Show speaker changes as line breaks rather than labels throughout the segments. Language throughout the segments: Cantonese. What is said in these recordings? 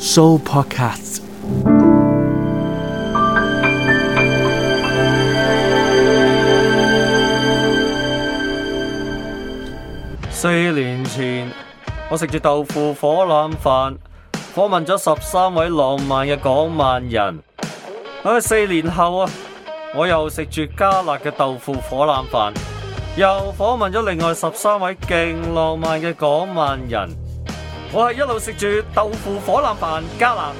Show Podcast。
四年前，我食住豆腐火腩飯，訪問咗十三位浪漫嘅港萬人。喺四年後啊，我又食住加辣嘅豆腐火腩飯，又訪問咗另外十三位勁浪漫嘅港萬人。我係一路食住豆腐火腩飯加辣，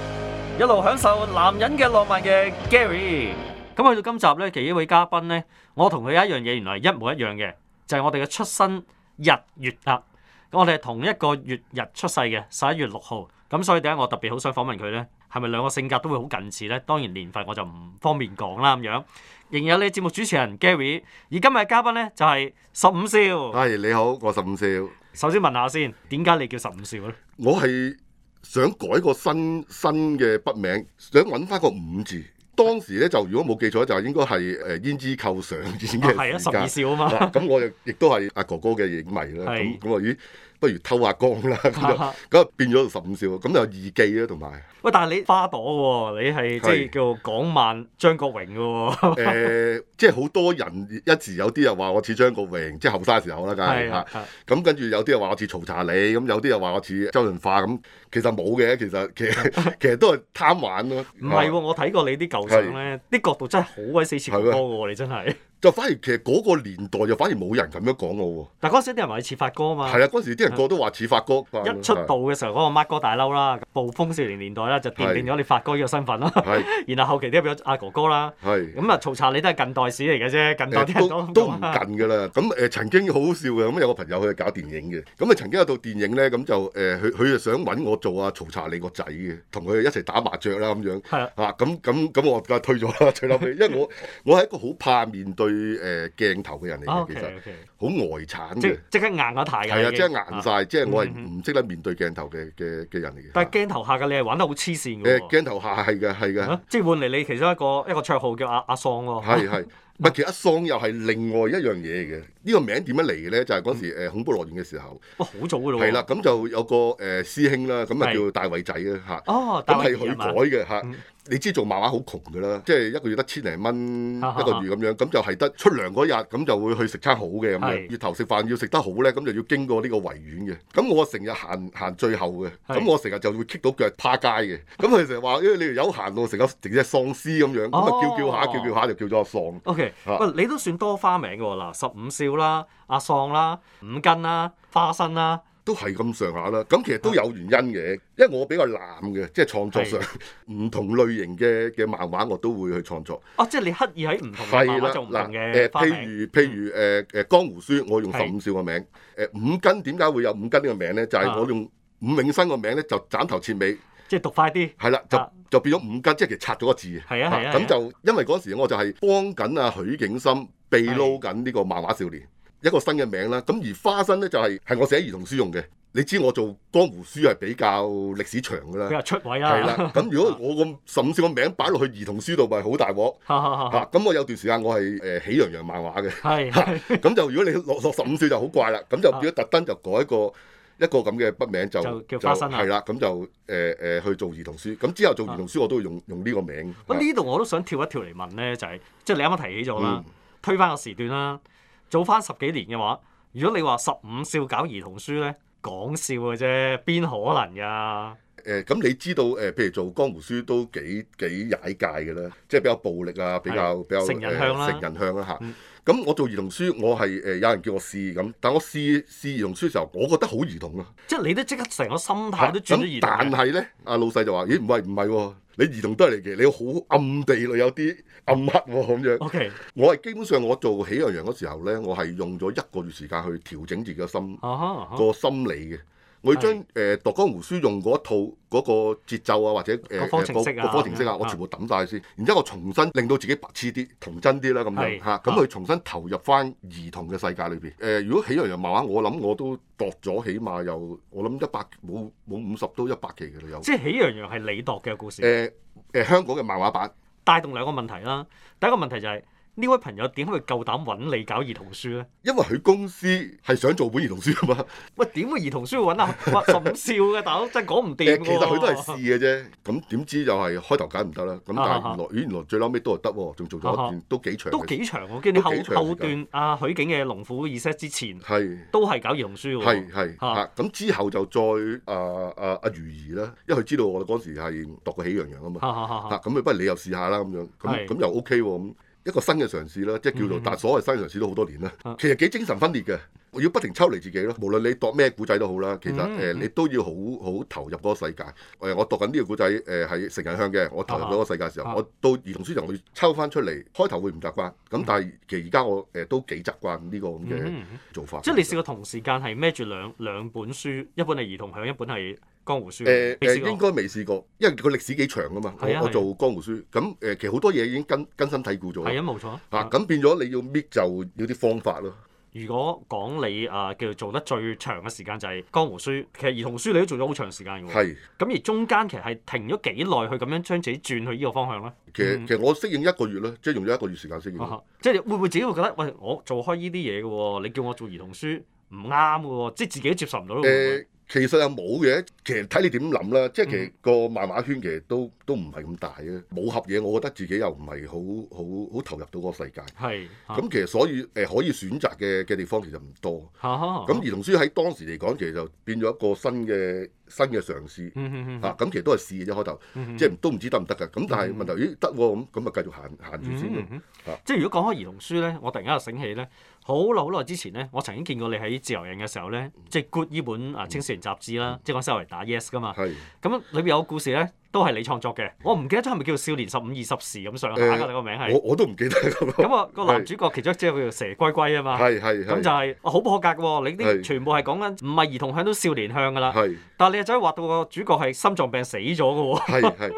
一路享受男人嘅浪漫嘅 Gary。咁去到今集咧，其一位嘉賓咧，我同佢有一樣嘢原來係一模一樣嘅，就係、我哋嘅出生日月日。我哋係同一個月日出世嘅，十一月六號。咁所以點解我特別好想訪問佢咧？係咪兩個性格都會好近似咧？當然年份我就唔方便講啦咁樣。仍有你節目主持人 Gary，而今日嘅嘉賓咧就係十五少。
係你好，我十五少，
首先問下先，點解你叫十五少咧？
我係想改個新新嘅筆名，想揾翻個五字。當時咧就如果冇記錯就應該係誒胭脂扣上演嘅
係啊，
時
十
間
二少啊嘛。
嗱咁我亦亦都係阿哥哥嘅影迷啦，
係
咁咁我咦不如偷下光 啦，咁就咁就變咗十五少，咁就易記啦，同埋
喂，但係你花朵喎、你係即係
係
叫港漫張國榮嘅喎、
誒，呃即係好多人一時有啲人話我似張國榮，即係後生時候啦，梗係
係啊
嚇。，咁跟住有啲人話我似曹查理，咁有啲人話我似周潤發咁，其實冇嘅，其實其 實其實都係貪玩咯。啊
唔係喎，我睇過你啲舊相咧，啲角度真係好鬼死似哥哥嘅喎，你真係。
就反而其實嗰個年代就反而冇人咁樣講我
但嗰陣時啲人話你似發哥啊
喎。
嘛，
係啊，嗰時啲人個都話似發哥。
一出道嘅時候嗰個 Mark 哥大褸啦，暴風少年年代啦，就奠定咗你發哥呢個身份啦。
啊係
然後後期啲人變咗阿哥哥啦，
係。
咁啊曹查理都係近代史嚟嘅啫，近代啲人
誒
都啊
都都唔近㗎啦，咁誒、曾經好好笑嘅，咁有個朋友佢係搞電影嘅，咁啊曾經有套電影咧，咁就誒佢佢就想揾我做啊曹查理個仔嘅，同佢一齊打麻雀啦咁樣，
係啊
啊咁咁咁我梗係推咗啦， 最嬲尾，因為我我係一個好怕面對誒、鏡頭嘅人嚟
啊
嘅，其實
OK OK，
好呆產
即
嘅，
即刻硬咗太㗎。
係啊，
已
即
經
係硬。
啊
晒，即係我係
嗯
唔識得面對鏡頭嘅嘅嘅人嚟嘅。啊
但係鏡頭下嘅你係玩得好黐線
誒
嘅喎。
鏡頭下係嘅係嘅
啊即係換嚟你其中一個一個綽號叫阿阿喪喎。
係係，唔係其實阿喪又係另外一樣嘢嘅。呢個名點樣嚟嘅咧？就係嗰時誒恐怖樂園嘅時候，
哇，好早噶嗯咯喎。
係啦，。咁就有個誒師兄啦，咁啊
係
叫大偉仔啦嚇。
哦，
咁
大
係
衛
佢
係
改
嘛？
嘅嚇
嗯，
你知做漫畫好窮㗎啦，即係一個月得千零蚊一
哈哈
個月咁樣，咁就係得出糧嗰日，咁就會去食餐好嘅咁
係
樣。月頭食飯要食得好咧，咁就要經過呢個維園嘅。咁我成日行行最後嘅，
係
咁我成日就會棘到腳趴街嘅。咁佢成日話：，因為你條友行路成個成隻喪屍咁樣，咁
哦
啊叫叫下叫叫下就叫咗我喪。
O.K.
啊
喂，你都算多花名嘅喎，嗱，十五少啦、阿喪啦、五根啦、花生啦，
都係咁上下啦，咁其實都有原因嘅，因為我比較濫嘅，即係創作上 唔同類型嘅嘅漫畫我都會去創作。
哦，即係你刻意喺唔同嘅漫
係啦，
畫做唔同
嗱誒，
嘅花
譬
名。嗯
如譬如誒誒江湖書，我用
係
十五少個名，誒五根點解會有五根呢個名咧？就
啊
係我用伍永生個名咧，就斬頭切尾，
即係讀快啲。
係啦，
啊
就就變咗五根，即係其實拆咗個字。
係啊係啊係啊
咁就因為嗰時我就係幫緊阿許景深秘撈緊呢個漫畫少年一個新嘅名啦。咁而花生咧就係係我寫兒童書用嘅。你知我做江湖書係比較歷史長
佢
㗎啦，
又出位
係啦
啦。。
咁如果我個十五少個名擺落去兒童書度，咪好大鑊。
係
嚇！咁我有段時間我係誒喜羊羊漫畫嘅，
係
咁就如果你落落十五歲就好怪啦，咁就變咗特登就改一個一個咁嘅筆名就
啊就叫花生啊
係啦，咁就誒誒、呃去做兒童書，咁之後做兒童書我都會用用呢個名。啊
喂，呢度我都想跳一跳嚟問咧，就係即係你啱啱提起咗啦，
嗯
推翻個時段啦，早翻十幾年嘅話，如果你話十五少搞兒童書咧，講笑嘅啫，邊可能㗎？
誒咁、你知道誒、呃譬如做江湖書都幾幾踩界嘅啦，即係比較暴力啊，比較比較
成人向啦
呃成人向啦嚇。
嗯
咁、我做兒童書，我係誒、呃有人叫我試咁，但我試試兒童書嘅時候，我覺得好兒童啊。
即係你都即刻成個心態都轉咗
咁
兒童
但
嘅。
係咧，阿老細就話：咦，唔係唔係喎，你兒童都係嚟嘅，你好暗地裏有啲暗黑喎咁樣。
O K，
我係基本上我做喜羊羊嗰時候咧，我係用咗一個月時間去調整自己個心
啊哈啊哈
個心理嘅。我要將誒《奪江湖書》用嗰一套嗰個節奏啊，或者誒
個方程式啊
個個方程式啊，我全部抌晒先，然之後我重新令到自己白痴啲、童真啲啦咁
係啊
樣嚇，咁去重新投入翻兒童嘅世界裏邊。誒，如果喜羊羊漫畫，我諗我都度咗，起碼有我諗一百冇冇五十都一百期嘅啦有。
即係喜羊羊係你度嘅故事，
誒誒，香港嘅漫畫版
帶動兩個問題啦。第一個問題就係呢位朋友點解會夠膽揾你搞兒童書咧？
因為佢公司係想做本兒童書啊嘛，
喂，點會兒童書會揾啊？哇，甚笑嘅大佬真係講唔掂㗎喎
誒
啊
其實佢都係試嘅啫，咁點知就係開頭梗係唔得啦，咁但係原來咦原來最嬲尾都係得喎，仲做咗一段都幾長嘅，
都幾長喎，跟住
都幾
後
長
後段啊許景嘅龍虎 reset 之前
係。
都啊係搞兒童書
係
喎，
係
嚇
嚇，咁之後就再啊啊阿如兒啦，因為佢知道我哋嗰時係讀過喜羊羊啊嘛，
嚇嚇嚇
嚇
嚇
咁你不如你又試下啦咁樣，
係
咁咁又 OK 喎咁。一個新嘅嘗試啦，即係叫做，
嗯
但係所謂新嘅嘗試都好多年啦
啊。
其實幾精神分裂嘅，要不停抽離自己咯。無論你讀咩古仔都好啦，其實
嗯
誒
嗯
你都要好好投入嗰個世界。誒我讀緊呢個古仔誒係成人向嘅，我投入咗個世界嘅時
啊
候，我到兒童書場會抽翻出嚟，開頭會唔習慣，咁但係其實而家我誒都幾習慣呢個咁嘅
嗯
做法。
即係你試過同時間係孭住兩兩本書，一本係兒童向，一本係江湖書。
誒
你
誒
試
應
過
該未試過，因為佢歷史幾長噶嘛。我
係啊係啊
我做江湖書，咁誒其實好多嘢已經根根深蒂固咗。
係啊，冇錯。
啊，咁變咗你要搣就要啲方法咯。
如果講你啊叫做做得最長嘅時間就係江湖書，其實兒童書你都做咗好長時間嘅喎。
係，
咁而中間其實係停咗幾耐去咁樣將自己轉去呢個方向咧？
其實
嗯
其實我適應一個月啦，即係用咗一個月時間適應。
啊即係會唔會自己會覺得喂，我做開呢啲嘢嘅喎，你叫我做兒童書唔啱嘅喎，即係自己都接受唔到咯。會唔會
誒，其實又冇嘅，其實睇你點諗啦。即係其
嗯
實個漫畫圈其實都都唔係咁大嘅，武俠嘢我覺得自己又唔係好好好投入到個世界。
係嚇
咁其實所以誒可以選擇嘅嘅地方其實唔多。
嚇嚇
咁兒童書喺當時嚟講，其實就變咗一個新嘅新嘅嘗試。
嗯嗯嗯
嚇，咁其實都係試嘅啫，開頭
嗯
即係都唔知得唔得㗎。咁但係問題，咦得喎咁，咁咪繼續行行住先
嗯。
咯
嗯嗯
啊
即係如果講開兒童書咧，我突然間又醒起咧，好耐好耐之前咧，我曾經見過你喺自由人嘅時候咧，
嗯
即係 Good 呢本啊青少年雜誌啦，即係嗰陣時我嚟打 Yes 噶嘛。
係
咁裏邊有個故事咧，都係你創作嘅，我唔記得咗係咪叫《少年十五二十時》咁上下㗎啦
誒
個名
呃我
係。
我都唔記得咁
咁啊個男主角其中一隻叫蛇龜龜啊嘛。
係係
咁
係
就係啊好破格嘅喎，你啲
係
全部係講緊唔係兒童向都少年向㗎啦。
係
但係你個仔畫到個主角係心臟病死咗嘅喎。
係 係。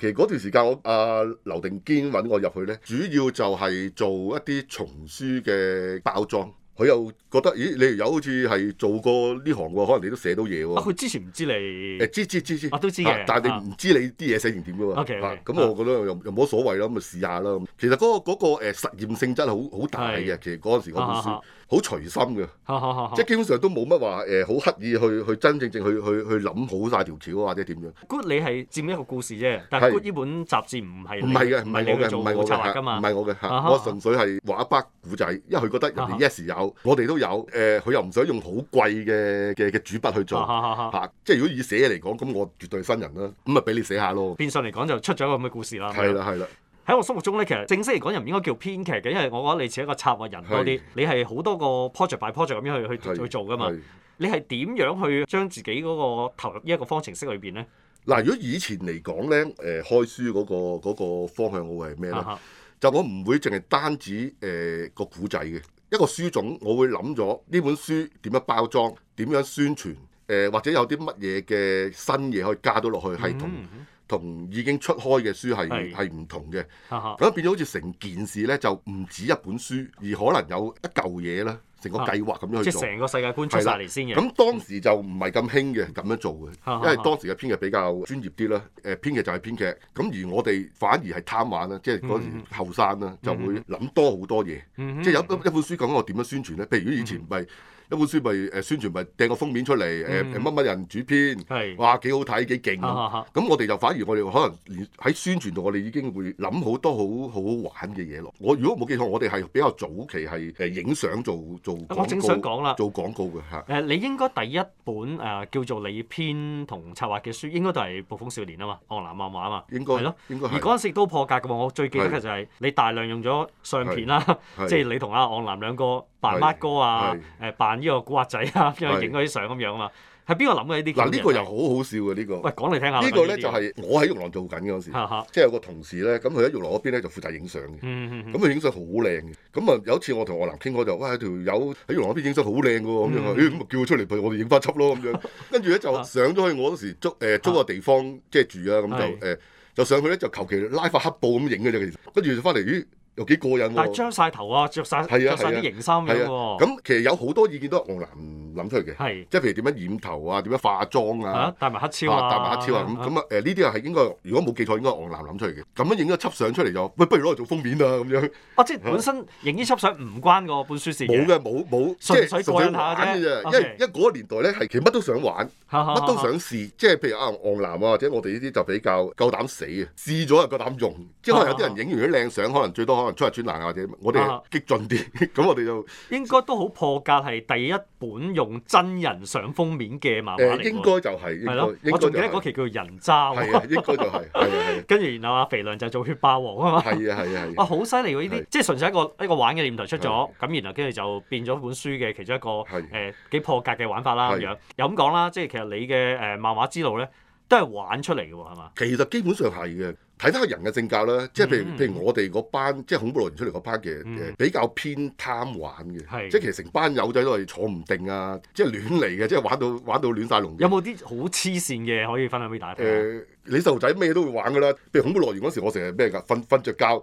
其實嗰段時間我阿劉定堅揾我入去咧，主要就係做一啲叢書嘅包裝。佢又覺得咦，你條友好似係做過呢行喎，可能你都寫到嘢
啊
喎。
佢之前唔知你
誒知知知知，
啊都知嘅
啊但係你唔知你啲嘢寫成點㗎
OK，OK，
喎。啊咁
啊
我覺得又又冇乜所謂啦，咁咪試下啦。咁其實嗰個嗰個誒實驗性質好好大
係
嘅，其實嗰陣時嗰本
啊
書
啊啊
好隨心嘅。
哈哈哈哈
即係基本上都冇乜話誒好刻意去去真正正去去去諗好晒條橋啊或者點樣，
Good 你係佔一個故事啫，但係
係
Good 呢本雜誌唔係
唔
你
係嘅，唔
唔係
係
你
我
去
嘅，唔係
做
我
策劃
嘅
㗎
嚇，唔
嘛。
係我嘅
啊
嚇，
哈
我純粹係畫一筆古仔，因為佢覺得人
啊哈
哋 yes 有，我哋都有，誒佢又唔想用好貴嘅嘅嘅主筆去做
啊哈哈哈
嚇，即係如果以寫嚟講，咁我絕對係新人啦，咁咪俾你寫下咯，
變相嚟講就出咗一個咁嘅故事啦。
係。啦係啦，
喺我心目中咧，其實正式嚟講又唔應該叫編劇嘅，因為我覺得你似一個策劃人多啲
係，
你係好多個 project by project 咁樣去去
係
去做噶嘛。
係
你係點樣去將自己嗰個投入呢一個方程式裏邊咧？
嗱，如果以前嚟講咧，誒、開書嗰、個嗰個方向我會係咩咧
啊哈？
就我唔會淨係單止誒、個古仔嘅一個書種，我會諗咗呢本書點樣包裝、點樣宣傳，誒、呃或者有啲乜嘢嘅新嘢可以加到落去，係同
嗯
同已經出開嘅書
係
係係唔同嘅。
哈哈
咁變咗好似成件事咧，就唔止一本書，而可能有一嚿嘢啦，成個計劃咁樣
即
去做
係。成個世界觀出
係
晒
啦
嚟先嘅。
咁當時就唔係咁興嘅咁樣做嘅，
啊
因為當時嘅編劇比較專業啲啦。誒編劇就係編劇，咁而我哋反而係貪玩啦，即係
嗯
嗰時後生啦，就會諗多好多嘢。即係
嗯
有一一本書講我點樣宣傳咧？譬如如果以前咪一本書咪誒宣傳咪掟個封面出嚟，誒
嗯
誒乜乜人主
係
編，哇幾好睇幾
啊
勁
啊
咁
啊。
咁我哋就反而我哋可能連喺宣傳度，我哋已經會諗好多好好玩嘅嘢咯。我如果冇記錯，我哋係比較早期係誒影相做做廣告，
啊我正想講啦
做廣告嘅嚇。
誒，你應該第一本誒、叫做你編同策劃嘅書，應該都係《暴風少年》啊嘛，《昂南漫畫》啊嘛，
應該
係咯。
應該
而
係
嗰陣時都破格嘅喎，我最記得嘅就係你大量用咗相片啦，
係
即係你同阿昂南兩個扮
係
孖哥啊，誒扮呢個古惑仔啊，咁樣
係
影嗰啲相咁樣啊嘛。係邊個諗嘅呢啲？
嗱呢個又好好笑嘅呢個，
喂，講嚟聽下啦。啊
呢個咧就係我喺玉郎做緊嗰陣時，
嚇嚇，
即係有個同事咧，咁佢喺玉郎嗰邊咧就負責影相嘅。
嗯嗯
咁佢影相好靚嘅，咁啊有一次我同我男傾開就，哇條友喺玉郎嗰邊影相好靚嘅喎，咁樣啊，
嗯
咦咁咪叫佢出嚟陪我哋影翻輯咯咁 樣，跟住咧就上咗去我嗰時租誒租個地方即係住啊，咁
係
就誒就上去咧就求其拉塊黑布咁影嘅啫，其實跟住就翻嚟，咦又幾過癮
但係
喎，
將晒頭啊，着晒
係
著
啊
曬
係
啲
啊
型衫咁樣
係
喎。
咁其實有好多意見都係我男諗出嚟嘅，
係
即係譬如點樣染頭啊，點樣化妝
係
啊
啊，。戴埋黑超
啊，
啊，
搭馬超啊，咁咁啊，誒呢啲又係應該，如果冇記錯，應該係昂南諗出嚟嘅。咁樣影咗輯相出嚟就，喂，不如攞嚟做封面啊，咁樣。
啊，即係本身影呢輯相唔關個本書事
冇嘅，冇冇，即
純
係
粹
純
過癮
粹
下
玩
啫啊
嘅啫。因
OK
為因為嗰個年代咧，係其實乜都想玩，乜
乜
都想試。即係譬如啊，昂南啊，或者我哋呢啲就比較夠膽死嘅，試咗又夠膽用。即係可能有啲人影完啲靚相，可能最多可能出下穿爛啊，或者我哋激進啲， 咁我哋就
應該都好破格，係第一本用真人上封面嘅漫畫
誒
嚟
應
喎。
該就係應
係
該
咯，
應
我
該就
仲記得嗰
係
期叫人渣
係
喎
啊，，應該就係係啊係啊
跟住然後阿肥亮就做血霸王啊嘛。
係啊係啊係
哇！
啊
好犀利喎！呢啲
係
即係純粹一個一個玩嘅念頭出咗
係，
咁然後跟住就變咗本書嘅其中一個
係
誒幾破格嘅玩法啦咁
係
樣。又咁講啦，即係其實你嘅誒漫畫之路咧，都係玩出嚟嘅喎，係嘛？
其實基本上係嘅，睇得人嘅性格啦。即係譬如
嗯
譬如我哋嗰班，即係恐怖樂園出嚟嗰班嘅
嗯
嘅比較偏貪玩
係
嘅，即係其實成班友仔都係坐唔定啊，即係亂嚟嘅，即係玩到玩到亂晒龍嘅。
有冇啲好黐線嘅可以分享俾大家聽啊？
嗯誒，你細路仔咩都會玩㗎啦，譬如恐怖樂園嗰時，我成日咩㗎，瞓瞓著覺，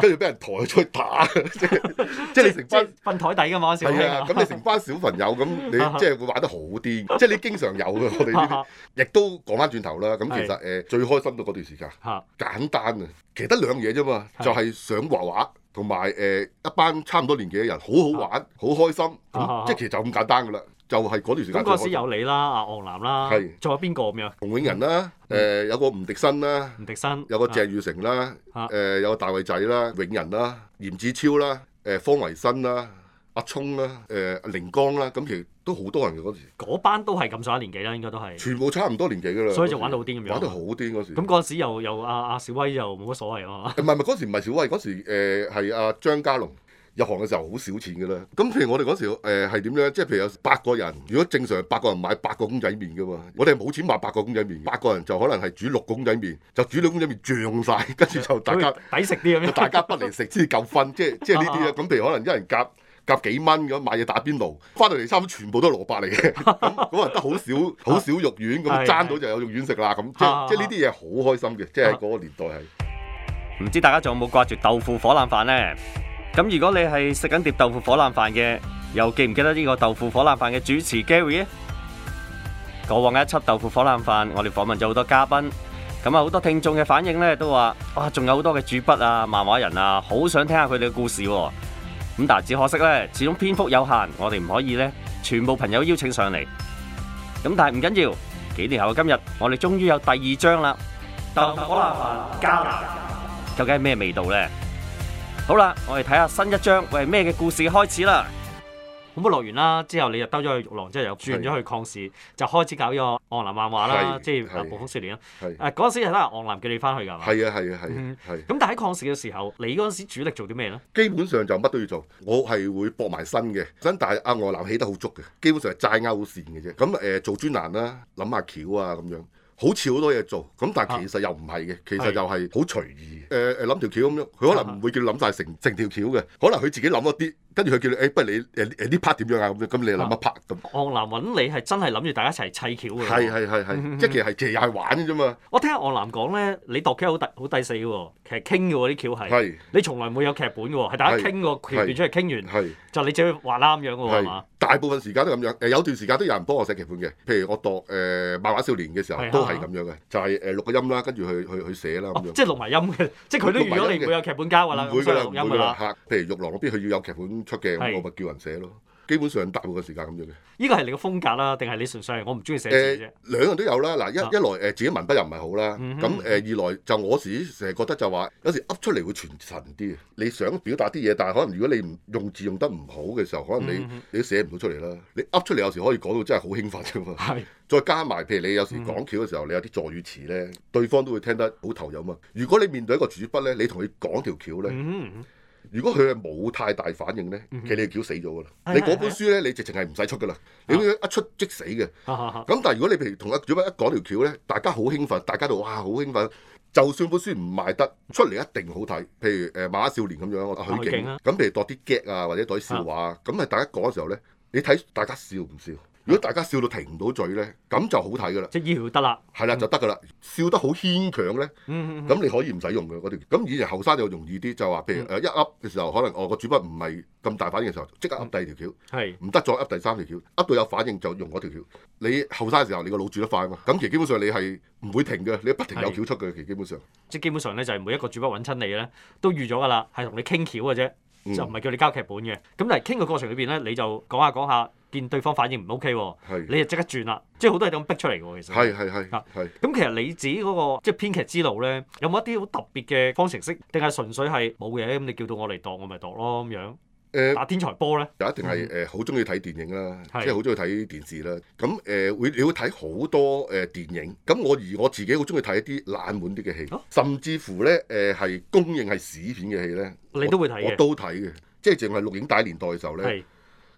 跟住俾人抬出去打， 即係即係你成
即係
班
瞓台底㗎嘛嗰時好
係
興
啊，咁 你成班小朋友咁，你即係會玩得好啲，即係你經常有嘅。我哋 呢
啊
啲亦都講翻轉頭啦，咁其實誒最開心到嗰段時間。
嚇
簡單啊，其實得兩嘢啫嘛，
係
就係想畫畫同埋誒一班差唔多年紀嘅人，好好玩，好開心，
啊
咁即係其實就咁簡單噶啦，就係嗰段
咁
時間
嗰陣
最開
時
心。
有你啦，阿昂南啦
係，
仲有邊個咁樣？
洪永仁啦，
嗯
誒有個吳迪新啦，
吳迪生，
有個鄭裕成啦，
啊
誒有個大衛仔啦，永仁啦，嚴志超啦，誒方維新啦，阿聰啦，誒凌江啦，咁其實都好多人嘅嗰時，
嗰班都係咁上下年紀啦，應該都係。
全部差唔多年紀噶啦，
所以就
嗰時
玩到好癲咁樣
玩到好癲嗰時。
咁嗰陣時又又阿阿小威又冇乜所謂啊嘛。
唔係唔係嗰時唔係小威，嗰時誒呃係阿張家龍入行嘅時候好少錢㗎啦。咁譬如我哋嗰時誒係點咧？即係譬如有八個人，如果正常八個人買八個公仔麵㗎嘛，我哋係冇錢買八個公仔麵，八個人就可能係煮六個公仔麵，就煮六個公 仔麵漲晒，跟住就大家
咁抵食啲咁樣。
大家不嚟食先至夠分，即 係即係呢啲咧。咁譬如可能一人夾。夾幾蚊咁買嘢打邊爐，翻到嚟差唔多全部都係蘿蔔嚟 嘅，咁咁啊得好少好少肉丸，
係
咁爭到就有肉丸食啦，咁即啊係即係呢啲嘢好開心嘅，即係喺嗰個年代係。
唔知大家仲有冇掛住豆腐火腩飯呢？咁如果你係食緊碟豆腐火腩飯嘅，又記唔記得呢個豆腐火腩飯嘅主持 Gary 呢？過往嘅一輯豆腐火腩飯，我哋訪問咗好多嘉賓，咁啊好多聽眾嘅反應呢，都話：哇，仲有好多嘅主筆啊、漫畫人啊，好想聽下佢哋嘅故事喎、咁但係只可惜呢，始終篇幅有限，我哋唔可以呢全部朋友邀請上嚟。咁但係唔緊要，幾年後嘅今日，我哋終於有第二章啦，豆腐火腩飯加辣。究竟係咩味道呢？好啦，我哋睇下新一章，喂咩嘅故事開始啦？
恐啊怖樂園啦，之後你又兜咗去玉郎，之後又轉咗去抗市，就開始搞呢個昂南漫畫啦，
係
即係啊
係
暴風少年啦。
係
誒嗰陣時係啦，昂南叫你翻去㗎係嘛？
係啊係啊係
嗯
啊係。
咁但係喺抗市嘅時候，你嗰陣時主力做啲咩咧？
基本上就乜都要做，我係會搏埋身嘅，身但係阿外男起得好足嘅，基本上係齋勾線嘅啫。咁誒、呃做專欄啦，諗下橋啊咁樣，好似好多嘢做，咁但係其實又唔係嘅，其實又係好隨意。誒誒諗條橋咁樣，佢可能唔會叫你諗晒成成條橋嘅，可能佢自己諗咗啲，跟住佢叫你誒、不如你誒誒呢 part 點樣啊咁樣，咁你諗一 part 咁。
昂南揾你係真係諗住大家一齊砌橋㗎喎。
係係係係，即係其實係其實係玩嘅啫嘛，
我聽昂南講咧，你度劇好第好第四嘅喎，其實傾嘅喎啲橋係。
係
你從來冇有劇本嘅喎，係大家
係
傾個橋段出嚟傾完，
係。
就你自己畫啦咁樣嘅喎，係嘛
係？大部分時間都咁樣，誒有段時間都有人幫我寫劇本嘅，譬如我讀誒、漫畫少年嘅時候
係啊
都係咁樣嘅，就係、誒錄個音啦，跟住去去去寫啦
哦
咁樣。
即係錄埋音嘅， 即係佢都預咗你唔會有劇本交㗎啦，
唔會
咁
㗎
所以
啦，
錄
唔
音
會
㗎
㗎啦
啦。
嚇。譬如玉郎嗰邊佢要有劇本出嘅，
係
咁我咪叫人寫咯。基本上大部分時間咁樣嘅。
呢個係你嘅風格啦，定係你純粹係我唔中意寫
誒、
字啫？
兩樣都有啦，嗱一
啊
一來誒自己文筆又唔係好啦，
嗯哼
咁誒、二來就我自己成日覺得就話有時噏出嚟會傳神啲，你想表達啲嘢，但係可能如果你唔用字用得唔好嘅時候，可能你、
嗯哼
你都寫唔到出嚟啦。你噏出嚟有時可以講到真係好興奮㗎嘛。
係
再加埋，譬如你有
嗯
時講橋嘅時候，你有啲助語詞咧，啊對方都會聽得好投入嘛。如果你面對一個主筆咧，你同佢講條橋咧，
嗯
如果佢係冇太大反應咧，其實你條橋死咗噶啦。
係
你嗰
係啊
本
係
書咧，你直情係唔使出噶啦，你一出即死嘅。咁但係如果你譬如同阿主筆一講條橋咧，大家好興奮，大家都哇好興奮。就算本書唔賣得，出嚟一定好睇。譬如誒《馬少年》咁樣，阿許
許
景
景啊
咁，譬如度啲 gag 啊，或者度啲笑話啊，咁係大家講嘅時候咧，你睇大家笑唔笑？如果大家笑到停唔到嘴咧，咁就好睇噶啦，
即係要得啦。
係啦就得噶啦。笑得好牽強咧，
嗯嗯，嗯嗯
咁你可以唔使用嘅嗰條。咁以前後生就容易啲，就話譬如誒呃一噏嘅時候，可能哦我個主筆唔係咁大反應嘅時候，即刻噏第二條橋。
嗯係
唔得再噏第三條橋，噏到有反應就用嗰條橋。你後生嘅時候，你個腦轉得快啊嘛，咁其實基本上你係唔會停嘅，你不停有橋出嘅，其實基本上。
即係基本上咧，就係每一個主筆揾親你咧，都預咗㗎啦，係同你傾橋嘅
嗯
啫，就唔係叫你交劇本嘅。咁但係傾嘅過程裏邊咧，你就講下講下，見對方反應唔 OK 喎，
係
你就即刻轉啦。即係好多嘢都咁逼出嚟嘅喎，其實。
係係係
啊
係。
咁其實你自己嗰、個即係編劇之路咧，有冇一啲好特別嘅方程式，定係純粹係冇嘢咁？你叫到我嚟度，我咪度咯咁樣。
誒
打天才波咧，
就一定係誒好中意睇電影啦，
嗯係
即係好中意睇電視啦。咁誒會你會睇好多誒電影。咁我而我自己好中意睇一啲冷門啲嘅戲
哦，
甚至乎咧誒係公認係屎片嘅戲咧，
你都會睇
我
嘅
我都睇嘅。即係淨係錄影帶年代嘅時候咧，
係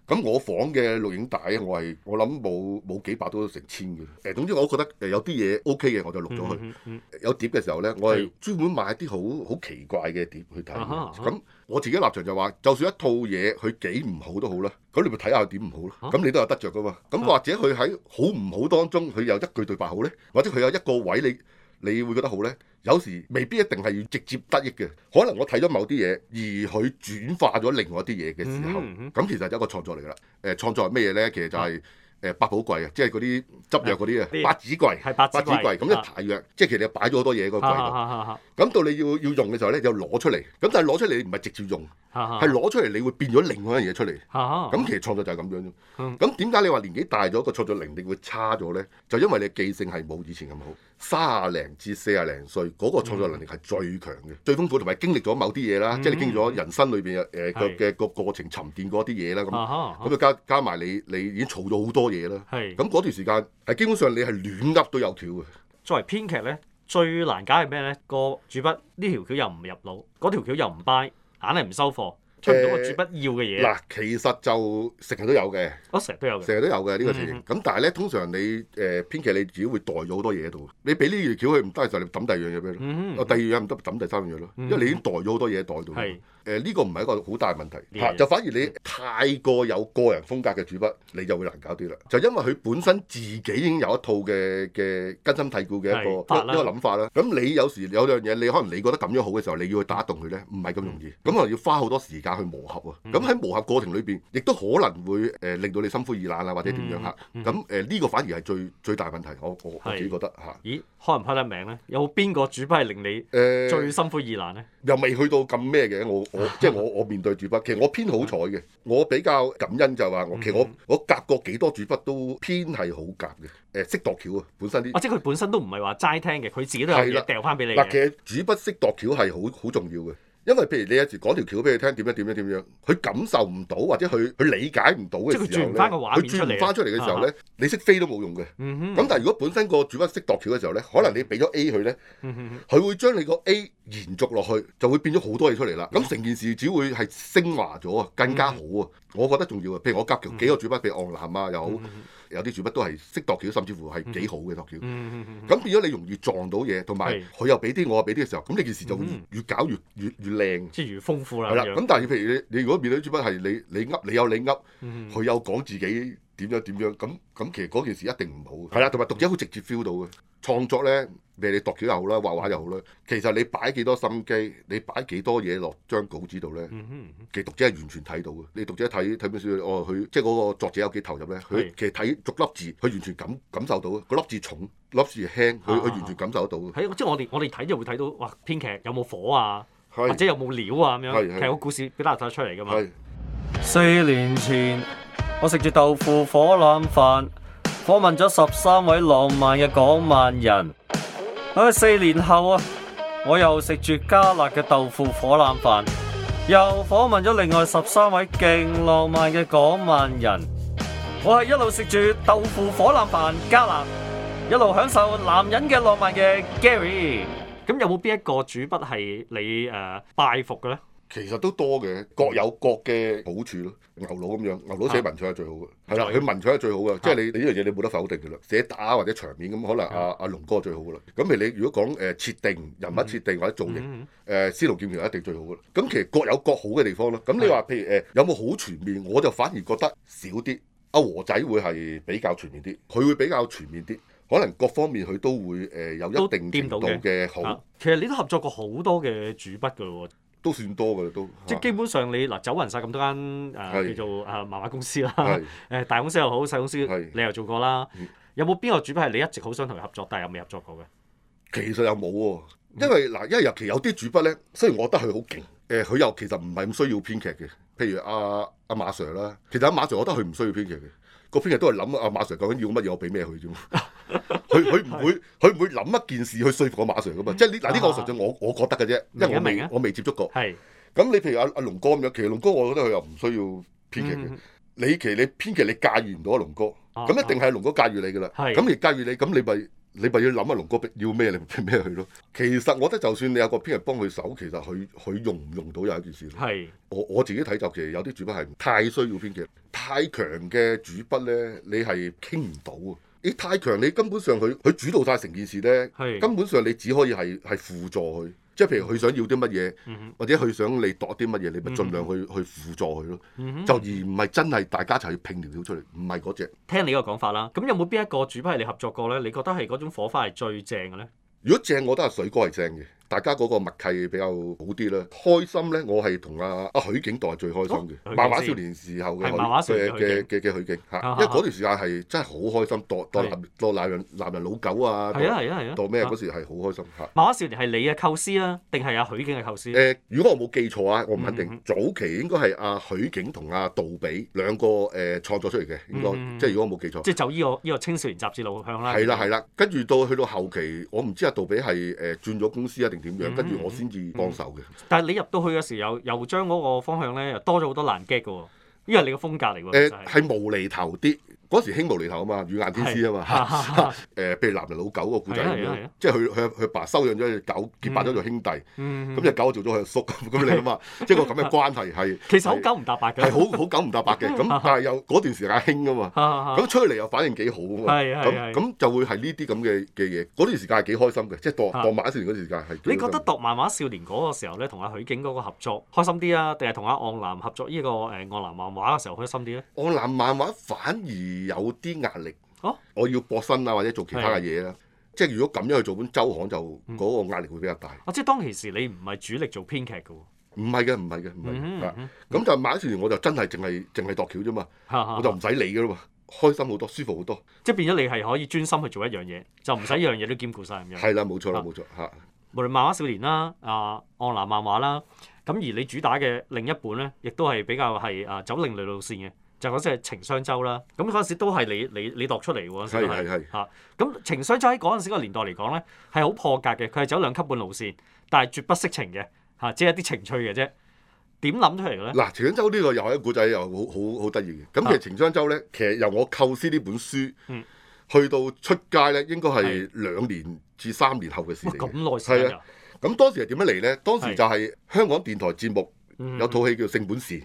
咁我房嘅錄影帶我係我諗冇冇幾百都成千嘅。誒總之我覺得誒有啲嘢 OK 嘅我就錄咗佢。
嗯嗯
有碟嘅時候呢，我係
係
專門買啲好好奇怪嘅碟去睇
啊哈啊
嘅。
哈
咁我自己立場就話，就算一套嘢佢幾唔好都好啦，咁你咪睇下佢點唔
啊
好咯。咁你都有得着噶嘛。咁或者佢喺好唔好當中，佢有一句對白好呢，或者佢有一個位你。你會覺得好呢，有時未必一定係直接得益嘅，可能我睇咗某啲嘢，而佢轉化咗另外一啲嘢嘅時候，咁、
嗯哼
其實就一個創作嚟㗎啦。誒、創作係咩嘢呢？其實就係、誒百寶櫃啊，即係嗰啲執藥嗰啲
啲
啊，八子櫃，
係八子櫃
咁
啊
一排藥，即係其實你擺咗好多嘢喺個
嗯，
櫃
哈
度。
哈哈哈
咁到你要要用嘅時候咧，就攞出嚟。咁但係攞出嚟你唔係直接用，
哈哈
係攞出嚟你會變咗另外一樣嘢出嚟。
哈哈
咁其實創作就係咁樣啫
啊嗯。
咁點解你話年紀大咗個創作能力會差咗咧？就因為你記性係冇以前咁好。三廿零至四廿零歲嗰個創作能力係最強
嗯
嘅，最豐富，同埋經歷咗某啲嘢啦，即係你經歷咗人生裏邊誒
係
嘅嘅個過程沉澱過啲嘢啦咁。
啊哈
咁就加加埋你，你已經儲咗好多嘢啦。
係
咁嗰段時間係基本上你係亂噏都有橋嘅。
作為編劇咧，最難解係咩咧？個主筆呢條橋又唔入腦，嗰條橋又唔 buy，硬係唔收貨，出唔到個主筆要嘅嘢。
嗱，其實就成日都有嘅，
我成日都有嘅。
成日都有嘅呢個情形。
嗯
咁但係咧，通常你誒編劇你自己會袋咗好多嘢喺度。你俾呢條橋佢唔得嘅時候，你抌第二樣嘢俾佢咯。
嗯
哦，第二樣唔得，抌第三樣嘢咯。
嗯
因為你已經袋咗好多嘢喺袋度。
係
誒呃呢個唔係一個好大問題
呢
嚇，
樣嘢
就反而你太過有個人風格嘅主筆，你就會難搞啲啦。就因為佢本身自己已經有一套嘅嘅根深蒂固嘅一個
係法啦
一個諗法啦。咁你有時有樣嘢，你可能你覺得咁樣好嘅時候，你要去打動佢咧，唔係咁容易。
嗯
咁可能要花好多時間去磨合啊。咁喺磨合過程裏邊，亦都可能會誒、呃令到你心灰意冷啊，或者點
嗯
樣嚇。咁誒呢個反而係最最大問題，我我我自己
係
覺得嚇。
咦，開唔開得名咧？有冇邊個主筆係令你
誒
最心灰意冷咧？
又未去到咁咩嘅，我 我即係我我面對主筆，其實我偏好彩嘅，我比較感恩就係話
嗯
我其實我我夾過幾多主筆都偏係好夾嘅，誒、識度橋啊，本身啲
或者佢本身都唔係話齋聽嘅，佢自己都有
係啦
嘢掉翻俾你
嗱，其
嘅。
實主筆識度橋係好好重要嘅，因為譬如你有時講條橋俾佢聽點樣點樣點樣，佢感受唔到或者佢佢理解唔到嘅時
即
候
係佢轉唔
咧，
返個畫
佢
面出
轉
嚟啊
唔翻出嚟嘅時候咧，你識飛都冇用嘅。
嗯哼，
咁但係如果本身個主筆識度橋嘅時候咧，可能你俾咗 A 佢咧，
嗯哼哼
佢會將你個 A 延續落去，就會變咗好多嘢出嚟啦。
嗯
咁成件事只會係升華咗啊，更加好啊！我覺得重要啊。譬如我夾
嗯
幾個主筆，譬如昂南啊又好，有啲主筆都係識度橋，甚至乎係幾好嘅度橋。
嗯哼哼
咁變咗你容易撞到嘢，同埋
係
佢又俾啲，我又俾啲嘅時候，咁呢件事就會
嗯
越越搞越越越靚。
即係如豐富啦
係啦，
咁
咁
樣。
但係譬如你，你如果面對主筆係你你噏，你有你噏，
嗯
佢有講自己點樣點樣，咁咁其實嗰件事一定唔好。係啦，同埋讀者好直接 feel 到嘅創作咧，你你度橋又好啦，畫畫又好啦，其實你擺幾多心機，你擺幾多嘢落張稿紙度咧，
嗯哼
其實讀者係完全睇到嘅。你讀者睇睇本書，哦，佢即係嗰個作者有幾投入咧，佢
係
其實睇逐粒字，佢完全感感受到嘅。嗰粒字重，粒字輕，佢佢
啊
完全感受得到嘅。
喺即係我哋我哋睇就會睇到，哇！編劇有冇火啊，
係
或者有冇料啊咁
係
樣，
係
其實個故事表達得出嚟噶嘛。
係
四年前，我食住豆腐火腩飯，訪問咗十三位浪漫嘅港萬人。喺四年後啊，我又食住加辣嘅豆腐火腩飯，又訪問咗另外十三位勁浪漫嘅港萬人。我係一路食住豆腐火腩飯加辣，一路享受男人嘅浪漫嘅 Gary。
咁有冇邊一個主筆係你誒、呃拜服嘅咧？
其實都多嘅，各有
嗯
各嘅好處咯。牛佬咁樣，牛佬寫文采係最好嘅，係
啊係
啦，
啊
佢文采係最好嘅，即係你你呢樣嘢你冇得否定嘅啦。寫打或者場面咁，可能阿阿龍哥最好嘅啦。咁譬如你如果講誒設定人物設定或者造型，
嗯
誒司徒劍橋一定最好嘅啦。咁其實各有各好嘅地方咯。咁你話譬如誒有冇好全面，我就反而覺得少啲。阿和仔會係比較全面啲，佢會比較全面啲，可能各方面佢都會誒有
都
一定
掂
程
到
度
嘅
嘅
嗯啊
好，
其實你都合作過好多嘅主筆㗎喎，
都算多嘅啦，都啊
即係基本上你嗱走勻晒咁多間誒
係
叫做誒漫畫公司啦，
係
誒大公司又好細公司
係
你又做過啦
嗯，
有冇邊個主筆係你一直好想同佢合作，但係又未合作過嘅？
其實又冇喎，因
嗯
為嗱，因為尤其有啲主筆咧，雖然我覺得佢好勁，誒、呃佢又其實唔係咁需要編劇嘅。譬如阿、阿、馬 Sir 啦，其實阿、馬 Sir 我覺得佢唔需要編劇嘅，個編劇都係諗啊阿馬 Sir 究竟要乜嘢，我俾咩 佢啫嘛。佢佢唔會佢唔會諗一件事去說服阿馬 Sir 噶嘛。即係呢嗱呢個
啊
純粹我我覺得嘅啫，因為
明
我
啊明
未
啊
我未接觸過。
係
咁你譬如阿、阿、龍哥咁樣，其實龍哥我覺得佢又唔需要編劇嘅。
嗯
你其實你編劇你駕馭唔到阿龍哥，
啊
咁一定係龍哥駕馭你噶啦。
係
咁你駕馭你，咁你咪你咪要諗阿龍哥要咩，你咪俾咩佢咯。其實我覺得就算你有個編劇幫佢手，其實佢佢用唔用到又係一件事咯。
係
我我自己睇就其實有啲主筆係太需要編劇，太強嘅主筆咧，你係傾唔到啊！你太強，你根本上佢佢主導晒成件事咧，
係
根本上你只可以係係輔助佢，即係譬如佢想要啲乜嘢，
嗯
或者佢想你度啲乜嘢，你咪盡量去、去輔助佢咯。
嗯哼
就而唔係真係大家一齊去拼條料出嚟，唔係嗰只。
聽你個講法啦，咁有冇邊一個主筆係你合作過咧？你覺得係嗰種火花係最正嘅咧？
如果正，我覺得阿水哥係正嘅，大家嗰個默契比較好啲啦。開心咧，我係同阿阿許景代係最開心
哦
嘅。漫畫少年時候嘅
係漫畫少年啊
嘅嘅嘅嘅許景嚇，因為嗰段時間係真係好開心，當當男當男人男人老狗啊，
係啊係啊係啊！
當咩
啊
嗰時係好開心嚇。
漫畫少年係你嘅構思啊，定係阿許景嘅構思？啊
誒，如果我冇記錯啊，我唔肯
嗯
定。早期應該係阿許景同阿杜比兩個誒創作出嚟嘅，應
嗯
該即係如果我冇記錯。
即係就依個依個青少年雜誌路向啦。
係啦係啦，跟住到去到後期，我唔知阿杜比係誒轉咗公司啊定點
嗯
樣，跟住我先至幫手嘅。
但係你入到去嘅時候，又將嗰個方向咧，又多咗好多難 get 嘅喎。因為你個風格嚟喎，
誒
其實係
呃係無厘頭啲，嗰時興無厘頭啊嘛，語硬天師啊嘛。
嘛。
誒，譬如男人老狗個故仔咁
係啊係啊係
樣
啊，
即係佢佢佢爸收養咗只狗，結拜咗做兄弟，
嗯
咁只狗做咗佢阿叔 咁咁你啊嘛，即係個咁嘅關係係
其實好九唔搭八嘅。
係好好九唔搭八嘅，咁但係又嗰段時間興啊嘛。
好。
咁出嚟又反應幾好啊嘛，
係係係
咁咁就會係呢啲咁嘅嘅嘢。嗰段時間係幾開心嘅，即係當
啊
當馬少年嗰段時間係幾開心。
你覺得讀漫畫少年嗰個時候咧，同阿許景嗰個合作開心啲啊，定係同阿岸南合作呢個誒岸南漫畫嘅時候開心啲咧？
我南漫畫反而有啲壓力，
哦
我要搏身啊，或者做其他嘅嘢啦。即係如果咁樣去做本周刊，就
嗯
嗰個壓力會比較大。
啊，即係當其時你唔係主力做編劇嘅喎。
唔係嘅，唔係嘅，唔係
嗯
嘅啊
嗯啊
咁就買少年我就真係淨係淨係度橋啫嘛，我就唔使理嘅啦嘛，開心好多，舒服好多。
即係變咗你係可以專心去做一樣嘢，就唔使樣嘢都兼顧晒咁樣。
係啦，冇錯啦，
啊
冇錯嚇。
無論漫畫少年啦、啊岸南漫畫啦，咁而你主打嘅另一本咧，亦都係比較係啊走另類路線嘅，就嗰陣係情商周啦。咁嗰陣時都係你你你度出嚟喎，嗰陣時都
係係係
嚇。咁情商周喺嗰陣時個年代嚟講咧，係好破格嘅，佢係走兩級半路線，但係絕不色情嘅嚇，只係一啲情趣嘅啫。點諗出嚟嘅咧？
嗱，情商周呢個又係一個古仔，又好好好得意嘅。咁
啊
其實情商周咧，其實由我構思呢本書
嗯，
去到出街咧，應該係兩年至三年後嘅事
哇
嚟嘅。
咁耐時間
係
㗎
啊，咁當時係點樣嚟咧？當時
係
就係香港電台節目。
嗯
有套戲叫《性本善》，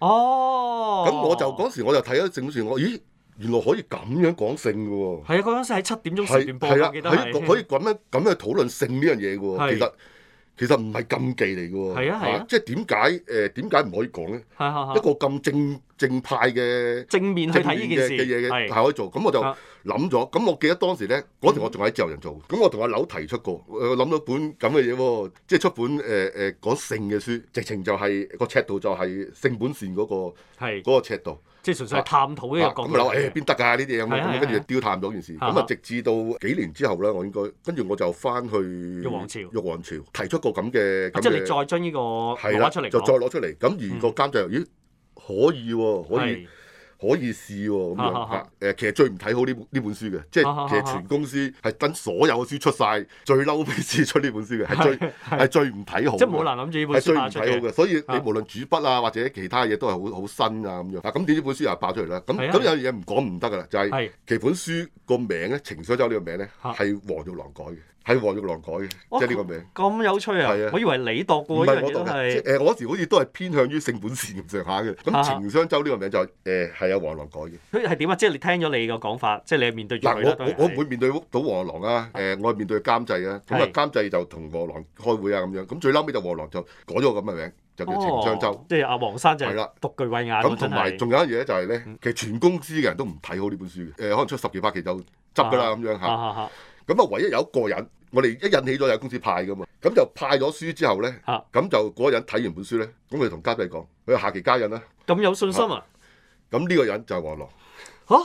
哦，
咁我就嗰時我就睇咗《性本善》，我咦原來可以咁樣講性嘅喎，
係啊，嗰陣時喺七點鐘時
係
段播，
係啦，
我
可
記
以
得係
可以咁樣咁樣討論性呢樣
係
嘢嘅喎，其實其實唔係禁忌嚟嘅喎，
係啊係啊啊
即係點解誒點解唔可以講咧？
係係
一
係
個咁正正派嘅。
正面去
正
睇
面
呢
嘅
件
嘅嘢
事
嘅
係
係可以做，咁我就
啊
諗咗。咁我記得當時咧，嗰時我仲喺自由人做，咁我同阿柳提出過，我諗到本咁嘅嘢喎，即係出本誒誒講性嘅書，直情就係個尺度就係性本善嗰個
係。
嗰個尺度。
即係純粹係探討呢
啊
個角
咁
度。
咪諗誒邊得㗎呢啲
係
嘢
啊
咁，
係啊
咁跟住就丟淡咗件事。
啊
咁啊，直至到幾年之後咧，我應該跟住我就翻去玉
皇朝
玉皇朝提出個咁嘅
啊
咁
即係你
嘅
再將呢個
係
畫
啦，
出嚟
就再
講，嗯
攞出嚟。咁而個監製又咦可以喎，可以
係
可以試喎咁
啊
樣
啊啊
嚇。誒，其實最唔睇好呢本呢本書嘅，即
啊啊啊
係其實全公司係等所有嘅書出晒，最嬲尾先出呢本書嘅，係最係
係
最唔睇好嘅。
即係冇人諗住呢本
係最
書
唔
打出
睇好
嘅，
嘅，所以你
啊
無論主筆啊或者其他嘢都係好好新啊咁樣。嗱咁點知本書又爆出嚟啦？咁
係啊
咁有樣嘢唔講唔得噶啦，就係
係
其本書個名咧《情商周》呢個名咧
嚇
係黃玉郎改嘅，係黃玉郎改嘅，
哦
即係呢個名。
咁有趣
係啊
啊！我以為你度
唔
過呢
係
樣
我
嘢
讀
都
嘅，即係
係
誒我嗰時好似都係偏向於性本善咁上下嘅。
啊
咁情商周呢個名就係誒係阿黃玉郎改嘅。
佢係點啊？即係你聽咗你個講法，即係你係面對住佢啦
嗱，
當
我
然
我我
係
唔會面對到黃狼啊，誒，我係面對監製啊。咁啊，
係
監製就同黃狼開會啊咁樣。咁最嬲尾就黃狼就改咗個咁嘅名，就叫情商
哦
周。
即係阿黃生就
係啦
係獨具慧眼喎
咁
真
同埋
係。嗯
仲有一樣嘢就係咧，其實全公司嘅人都唔睇好呢本書嘅，誒，可能出十幾百期就執㗎啦咁樣
啊
嚇。
啊啊
咁啊，唯一有一個人，我哋一引起咗有公司派㗎嘛，咁就派咗書之後咧，
啊
咁就嗰個人睇完本書咧，咁佢就同監製講，佢話下期加印啦。
咁有信心啊！
咁呢個人就係黃狼。
嚇！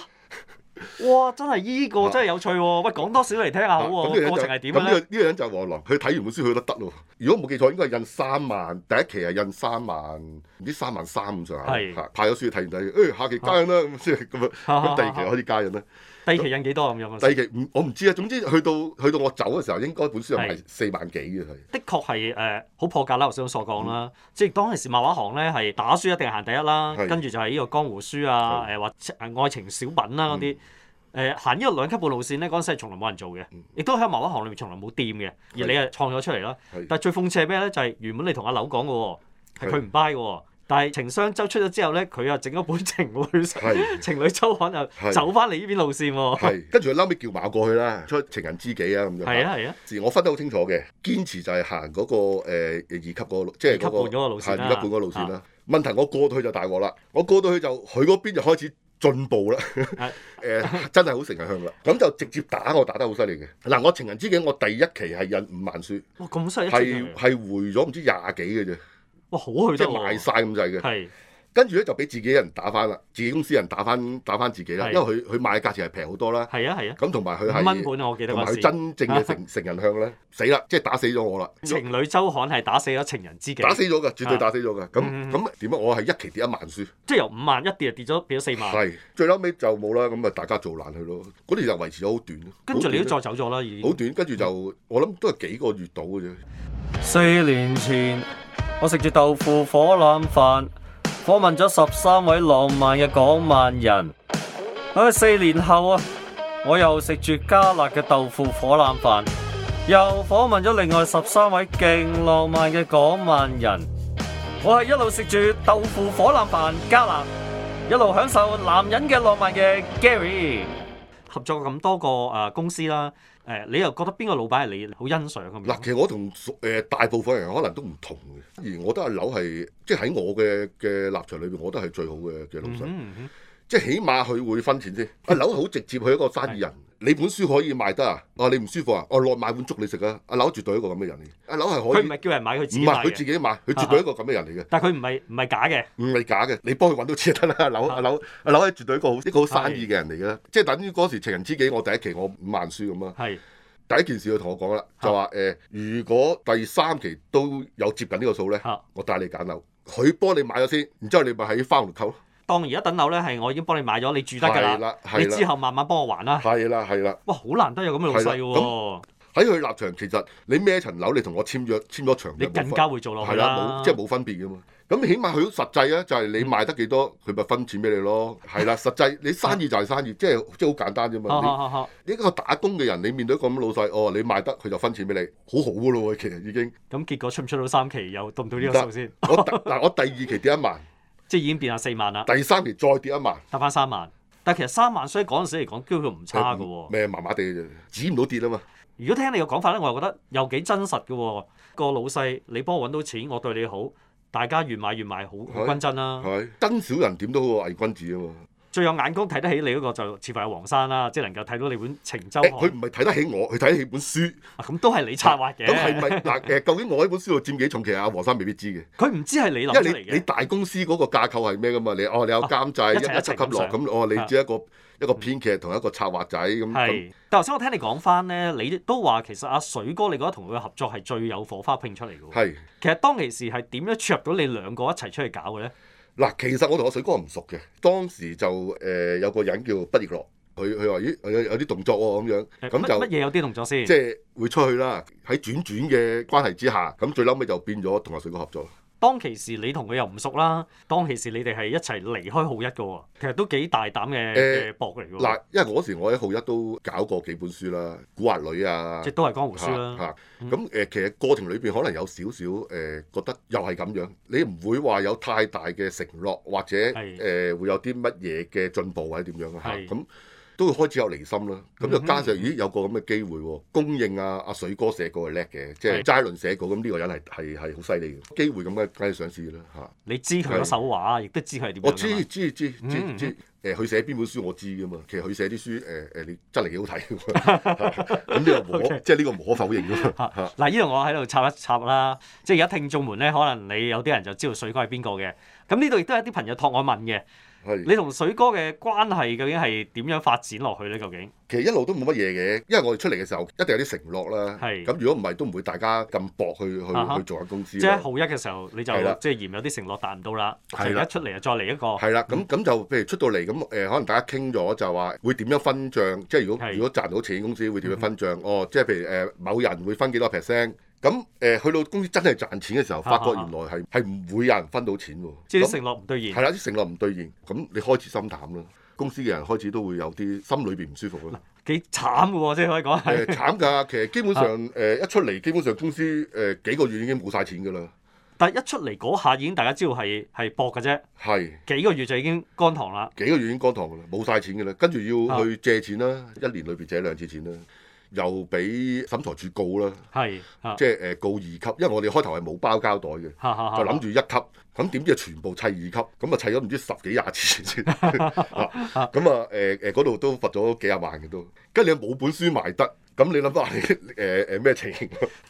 哇！真係依個真係有趣喎！喂，講多少嚟聽下
啊
好
咁呢個
喎？
人
過
就
程係點
咁
嘅
呢個
咧？
呢個人就係黃狼，佢睇完本書佢都得咯。如果冇記錯，應該係印三萬，第一期係印三萬，唔知三萬三咁上下。
係
嚇派咗書睇完睇，誒下期 加印啦咁即係咁啊咁第二期開始加印啦。
第二期印幾多咁樣啊
第？二期唔我唔知啊，總之去到去到我走嘅時候，應該本書係賣
係
四萬幾 嘅佢。
的確係誒呃好破格啦，頭先我所講啦，即係當其時漫畫行咧係打書一定係行第一啦，
嗯係嗯
跟住就係呢個江湖書啊，誒或者愛情小品啦嗰啲，誒行呢個兩級半路線咧，嗰陣時係從來冇人做嘅，
嗯
亦都喺漫畫行裏面從來冇掂嘅，而你係創咗出嚟啦
係。
但係最諷刺係咩咧？就係原本你同阿柳講嘅喎，係
係
佢唔 buy 嘅喎，但係情商周出咗之後咧，佢又整咗本情侶
係
情侶周刊又
係
走翻嚟呢邊路線喎。
係，跟住佢嬲尾叫馬過去啦，出情人知己啊咁樣。
係啊係啊，
自我分得好清楚嘅，堅持就係行嗰個誒二級嗰個路，即係嗰個
二級半嗰個路線啦啊
係二級半嗰個路線啦。問題我過到去就大鑊啦，我過到去就佢嗰邊就開始進步啦。
係
誒真係好成日向啦，咁就直接打我打得好犀利嘅。嗱，我情人知己我第一期係印五萬書，
哇咁犀利一隻
係
人嚟，
係回咗唔知廿幾嘅啫，
哇好去
即
得
係
喎，
賣晒咁滯嘅。
係
跟住咧就俾自己人打翻啦，自己公司人打翻打翻自己啦，
係
因為佢佢賣嘅價錢係平好多啦。
係啊係啊。
咁同埋佢
五蚊
係
本啊，我記得
同埋
嗰
佢
陣時。
真正 嘅成成人向咧，死啦！即係打死咗我啦。
情侶周刊係打死咗情人知己，
打死咗㗎，絕對
啊
打死咗㗎。咁
嗯
咁點啊？我係一期跌一萬書，
即係由五萬一跌就跌咗變咗四萬，
係最嬲尾就冇啦。咁啊，大家做爛佢咯。嗰段就維持咗好短，
跟住你都再嗯
好
走咗啦，已
短好
經。
短，跟住就我諗都係幾個月到嘅啫。
四年前，我食住豆腐火腩飯，訪問咗十三位浪漫嘅港漫人。喺四年後啊，我又食住加辣嘅豆腐火腩飯，又訪問咗另外十三位勁浪漫嘅港漫人。我係一路食住豆腐火腩飯加辣，一路享受男人嘅浪漫嘅 Gary。
合作咁多個誒公司啦，誒你又覺得邊個老闆係你好欣賞咁
嗱，
樣？
其實我同誒大部分人可能都唔同嘅，而我覺得阿柳係即係喺我嘅嘅立場裏邊，我覺得係最好嘅嘅老
嗯
細。
哼嗯
即係起碼佢會分錢先。阿柳好直接，佢一個生意人。你本書可以賣得啊？哦，你唔舒服啊？我落買碗粥你食啊！阿柳絕對係一個咁嘅人嚟。阿柳係
哼
可
佢
以
唔係叫人買，佢自
唔
己買
係佢自
嘅，啊
己買，佢絕對係一個咁嘅人嚟嘅。
但係佢唔係唔係假嘅，
唔係假嘅，你幫佢揾到錢就得啦。阿
啊
柳阿柳阿柳係絕對一個好一個好生意嘅人嚟嘅啦。即係等於嗰時情人知己，我第一期我五萬書咁啦。啊
係
第一件事佢同我講啦，
啊
就話誒、如果第三期都有接近呢個數咧，
嚇。
我帶你揀樓，佢幫你買咗先，然之後你咪喺花紅購咯。
當然一等樓咧係我已經幫你買咗，你住得㗎
係啦
啦，
係啦
你之後慢慢幫我還啦。
係啦，係啦。
哇，好難得有咁嘅老細喎，
喺佢立場，其實你咩層樓，你同我簽約簽咗長約，
你
冇分
更加會做落去
係啦，
啦嗯
冇。即係冇分別噶嘛。咁起碼佢好實際啊，就係你賣得幾多，佢咪分錢俾你咯。係啦，實際你生意就係生意，即係即係好簡單啫嘛。
啊
你
啊啊啊
呢個打工嘅人，你面對一個咁嘅老細，哦，你賣得佢就分錢俾你，好好噶咯喎，其實已 經。
咁結果出唔出到三期又到唔到呢
唔
個
得
數先？
我第嗱我第二期跌一萬，
即係已經變下四萬啦。
第三期再跌一萬，
得翻三萬。但其實三萬，所以嗰陣時嚟講，叫做唔差嘅喎。
咩麻麻地嘅啫，止唔到跌啊嘛。
如果聽你嘅講法咧，我又覺得又幾真實嘅喎。個老細，你幫我揾到錢，我對你好，大家越買越買，好好均真啦。
係咪真小人點都好偽君子啊嘛。
最有眼光睇得起你嗰個就似乎係黃生啦，即係能夠睇到你本情周
誒佢
刊
唔係睇得起我，佢睇得起本書。
啊咁都係你策劃
咁係
嘅。
咪嗱？誒，究竟我喺本書度佔幾重？其實阿黃生未必知嘅。
佢唔知係你諗
因
出
為
嚟
你你
嘅，啊
大公司嗰個架構係咩噶嘛？你哦，你有監製、
一
一
齊
一級級落
一齊咁
咁，哦，你
啊
只一個一個編劇同一個策劃仔咁咁。
係。但頭先我聽你講翻咧，你都話其實阿水哥，你覺得同佢嘅合作係最有火花拼出嚟嘅喎。
係
其實當其時係點樣撮合到你兩個一齊出去搞嘅咧？
嗱，其實我同阿水哥唔熟嘅，當時就誒、呃有個人叫畢業樂，佢佢話咦有有啲動作喎、咁樣，
誒
咁
乜
就
乜嘢有啲動作先？
即係會出去啦。喺轉轉嘅關係之下，咁最嬲尾就變咗同阿水哥合作。
當其時你同佢又唔熟啦，當其時你哋係一齊離開浩一嘅喎，其實都幾大膽嘅
誒
嘅搏嚟嘅喎，
嗱，因為嗰時我喺浩一都搞過幾本書啦，《古惑女》啊
即係，都係江湖書
嚇
啦。嗯
嚇咁誒，其實過程裏邊可能有少少誒覺得又係咁樣，你唔會話有太大嘅承諾，或者
係
誒會有啲乜嘢嘅進步或者點樣啊嚇
係
咁。都會開始有離心啦，咁就
嗯哼
加上咦有個咁嘅機會喎，供應啊阿水哥寫稿係叻嘅，即係
係
齋論寫稿，咁呢個人係係係好犀利嘅，機會咁嘅梗係想試啦嚇。
你知佢嗰手畫，亦都知佢係點
我
樣㗎
知
嘛。
知知知
嗯
知，誒佢寫邊本書我知噶嘛，其實佢寫啲書誒誒你真係幾好 睇 㗎嘛咁呢個無可
OK
即係呢個無可否認㗎嘛
嚇
嚇。
嗱，呢度我喺度插一插啦，即係而家聽眾們咧，可能你有啲人就知道水哥係邊個嘅。咁呢度亦都有啲朋友託我問嘅，
係
你同水哥嘅關係究竟係點樣發展落去咧？究竟
其實一路都冇乜嘢嘅，因為我哋出嚟嘅時候一定有啲承諾啦。
係
咁，如果唔係都唔會大家咁薄去去、
啊哈
去做緊公司
即
咯。
係喺浩一嘅時候，你就
係啦
即係嫌有啲承諾達唔到啦，就
係
而
啦
家出嚟就再嚟一個，
係啦，咁咁就譬如出到嚟咁誒，可能大家傾咗就話會點樣分帳，即係如果
係嗯
如果賺到錢，公司會點樣分帳？哦，即係譬如誒、某人會分幾多 percent。咁誒、去到公司真係賺錢嘅時候，發覺
啊啊
原來係係唔會有人分到錢喎。
即係啲
咁
承諾唔兌
係
現。
啦，啲承諾唔兌現，咁你開始心淡啦。公司嘅人開始都會有啲心裏邊唔舒服啦。
幾慘嘅喎，即係可以講係。
誒呃
啊
慘㗎，其實基本上誒、一出嚟，基本上公司誒、幾個月已經冇晒錢㗎啦。
但係一出嚟嗰下已經大家知道係係搏嘅啫，
係
幾個月就已經乾塘啦。
幾個月已經乾塘㗎啦，冇晒錢㗎啦，跟住要
啊
去借錢啦，一年裏邊借兩次錢啦，又俾審裁處告啦，
係啊，
即係呃誒告二級，因為我哋開頭係冇包膠袋嘅。
嚇嚇
就諗住一級，咁點知全部砌二級，咁啊砌咗唔知十幾廿次 先，啊咁啊誒誒嗰度都罰咗幾廿萬嘅都，跟住你冇本書賣得，咁你 諗下你誒誒咩情形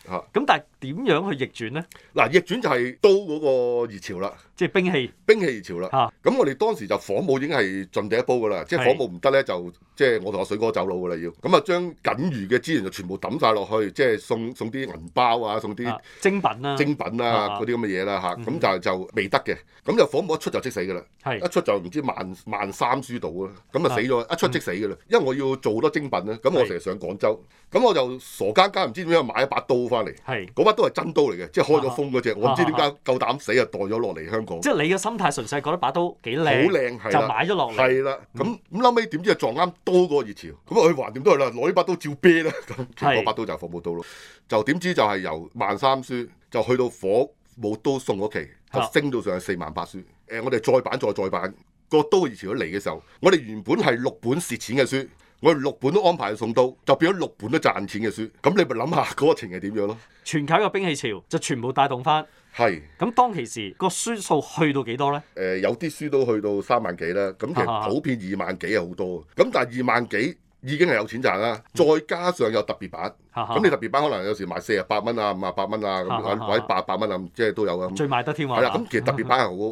啊？
咁但係點樣去逆轉咧？
嗱逆轉就係刀嗰個熱潮啦。
即係兵器
兵器熱潮啦。
啊
咁我哋當時就火舞已經係盡地一煲㗎啦，即係
係
火舞唔得咧，就即係我同阿水哥走佬㗎啦要。咁啊，將僅餘嘅資源就全部抌晒落去，即係送送啲銀包啊，送啲
啊，精品啦，
精品
啊
啊
啊
嗰啲咁嘅嘢啦吓，咁
嗯
就就未得嘅。咁就火舞一出就即死㗎啦，
係
一出就唔知萬萬三輸到啊，咁啊
啊嗯
死咗，一出即死㗎啦。因為我要做好多精品啦，咁我
係
成日上廣州，咁我就傻更更唔知點樣買一把刀翻嚟。
係。
嗰把刀係真刀嚟嘅，即係開咗封嗰只，我唔知點解
啊
夠膽死啊，袋咗落嚟香港。
即係你嘅心態純粹係覺得把刀幾靚，
好靚係啦
就買咗落嚟。
係啦，咁咁後尾點知啊撞啱刀嗰個熱潮，咁啊佢橫掂都係啦，攞呢把刀照啤啦，咁
係
嗰把刀就係火舞刀咯。就點知就係由萬三輸就去到火舞刀送嗰期，就
啊
升到上去四萬八輸。誒、我哋再版再再版，個刀熱潮一嚟嘅時候，我哋原本係六本蝕錢嘅書。我哋六本都安排送刀，就變咗六本都賺錢嘅書。咁你咪諗下嗰個情係點樣咯？
全靠一個兵器潮，就全部帶動翻。
係誒、
咁當其時個輸數去到幾多咧？
呃有啲書都去到三萬幾啦。咁其
啊
實普遍二萬幾係好多。咁但係二萬幾已經係有錢賺啦，再加上有特別版。咁
咁
你特別班可能有時賣四十八蚊啊、五十八蚊啊，
啊啊
咁
啊
或者八百蚊啊，即係都有啊。
最賣得添啊！
係啦，咁其實特別班係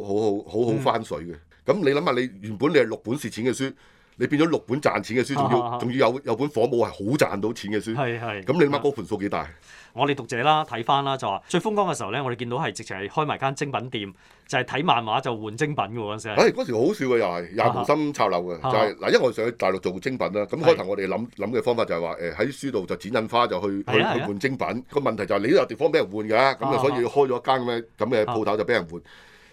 好好好好
嗯
好翻水嘅。咁你諗下，你原本你係六本蝕錢嘅書，你變咗六本賺錢嘅書，仲
啊啊
要
啊
仲要有有本火舞係好賺到錢嘅書。
係啊係。
咁你諗下嗰盤數幾大？
我哋讀者啦，睇翻啦，就話最風光嘅時候咧，我哋見到係直情係開埋間精品店，就係睇漫畫就換精品嘅喎嗰陣時係。
唉，嗰時好好笑嘅又係，又係無心插柳嘅，
啊
就係嗱，因為我上去大陸做精品啦，咁開頭我哋諗諗嘅方法就係話誒喺書度就剪印花就去去
係啊係
去
啊
換精品，個問題就係你都有地方俾人換㗎，咁啊
啊
所以開咗間咁嘅咁嘅鋪頭就俾人換。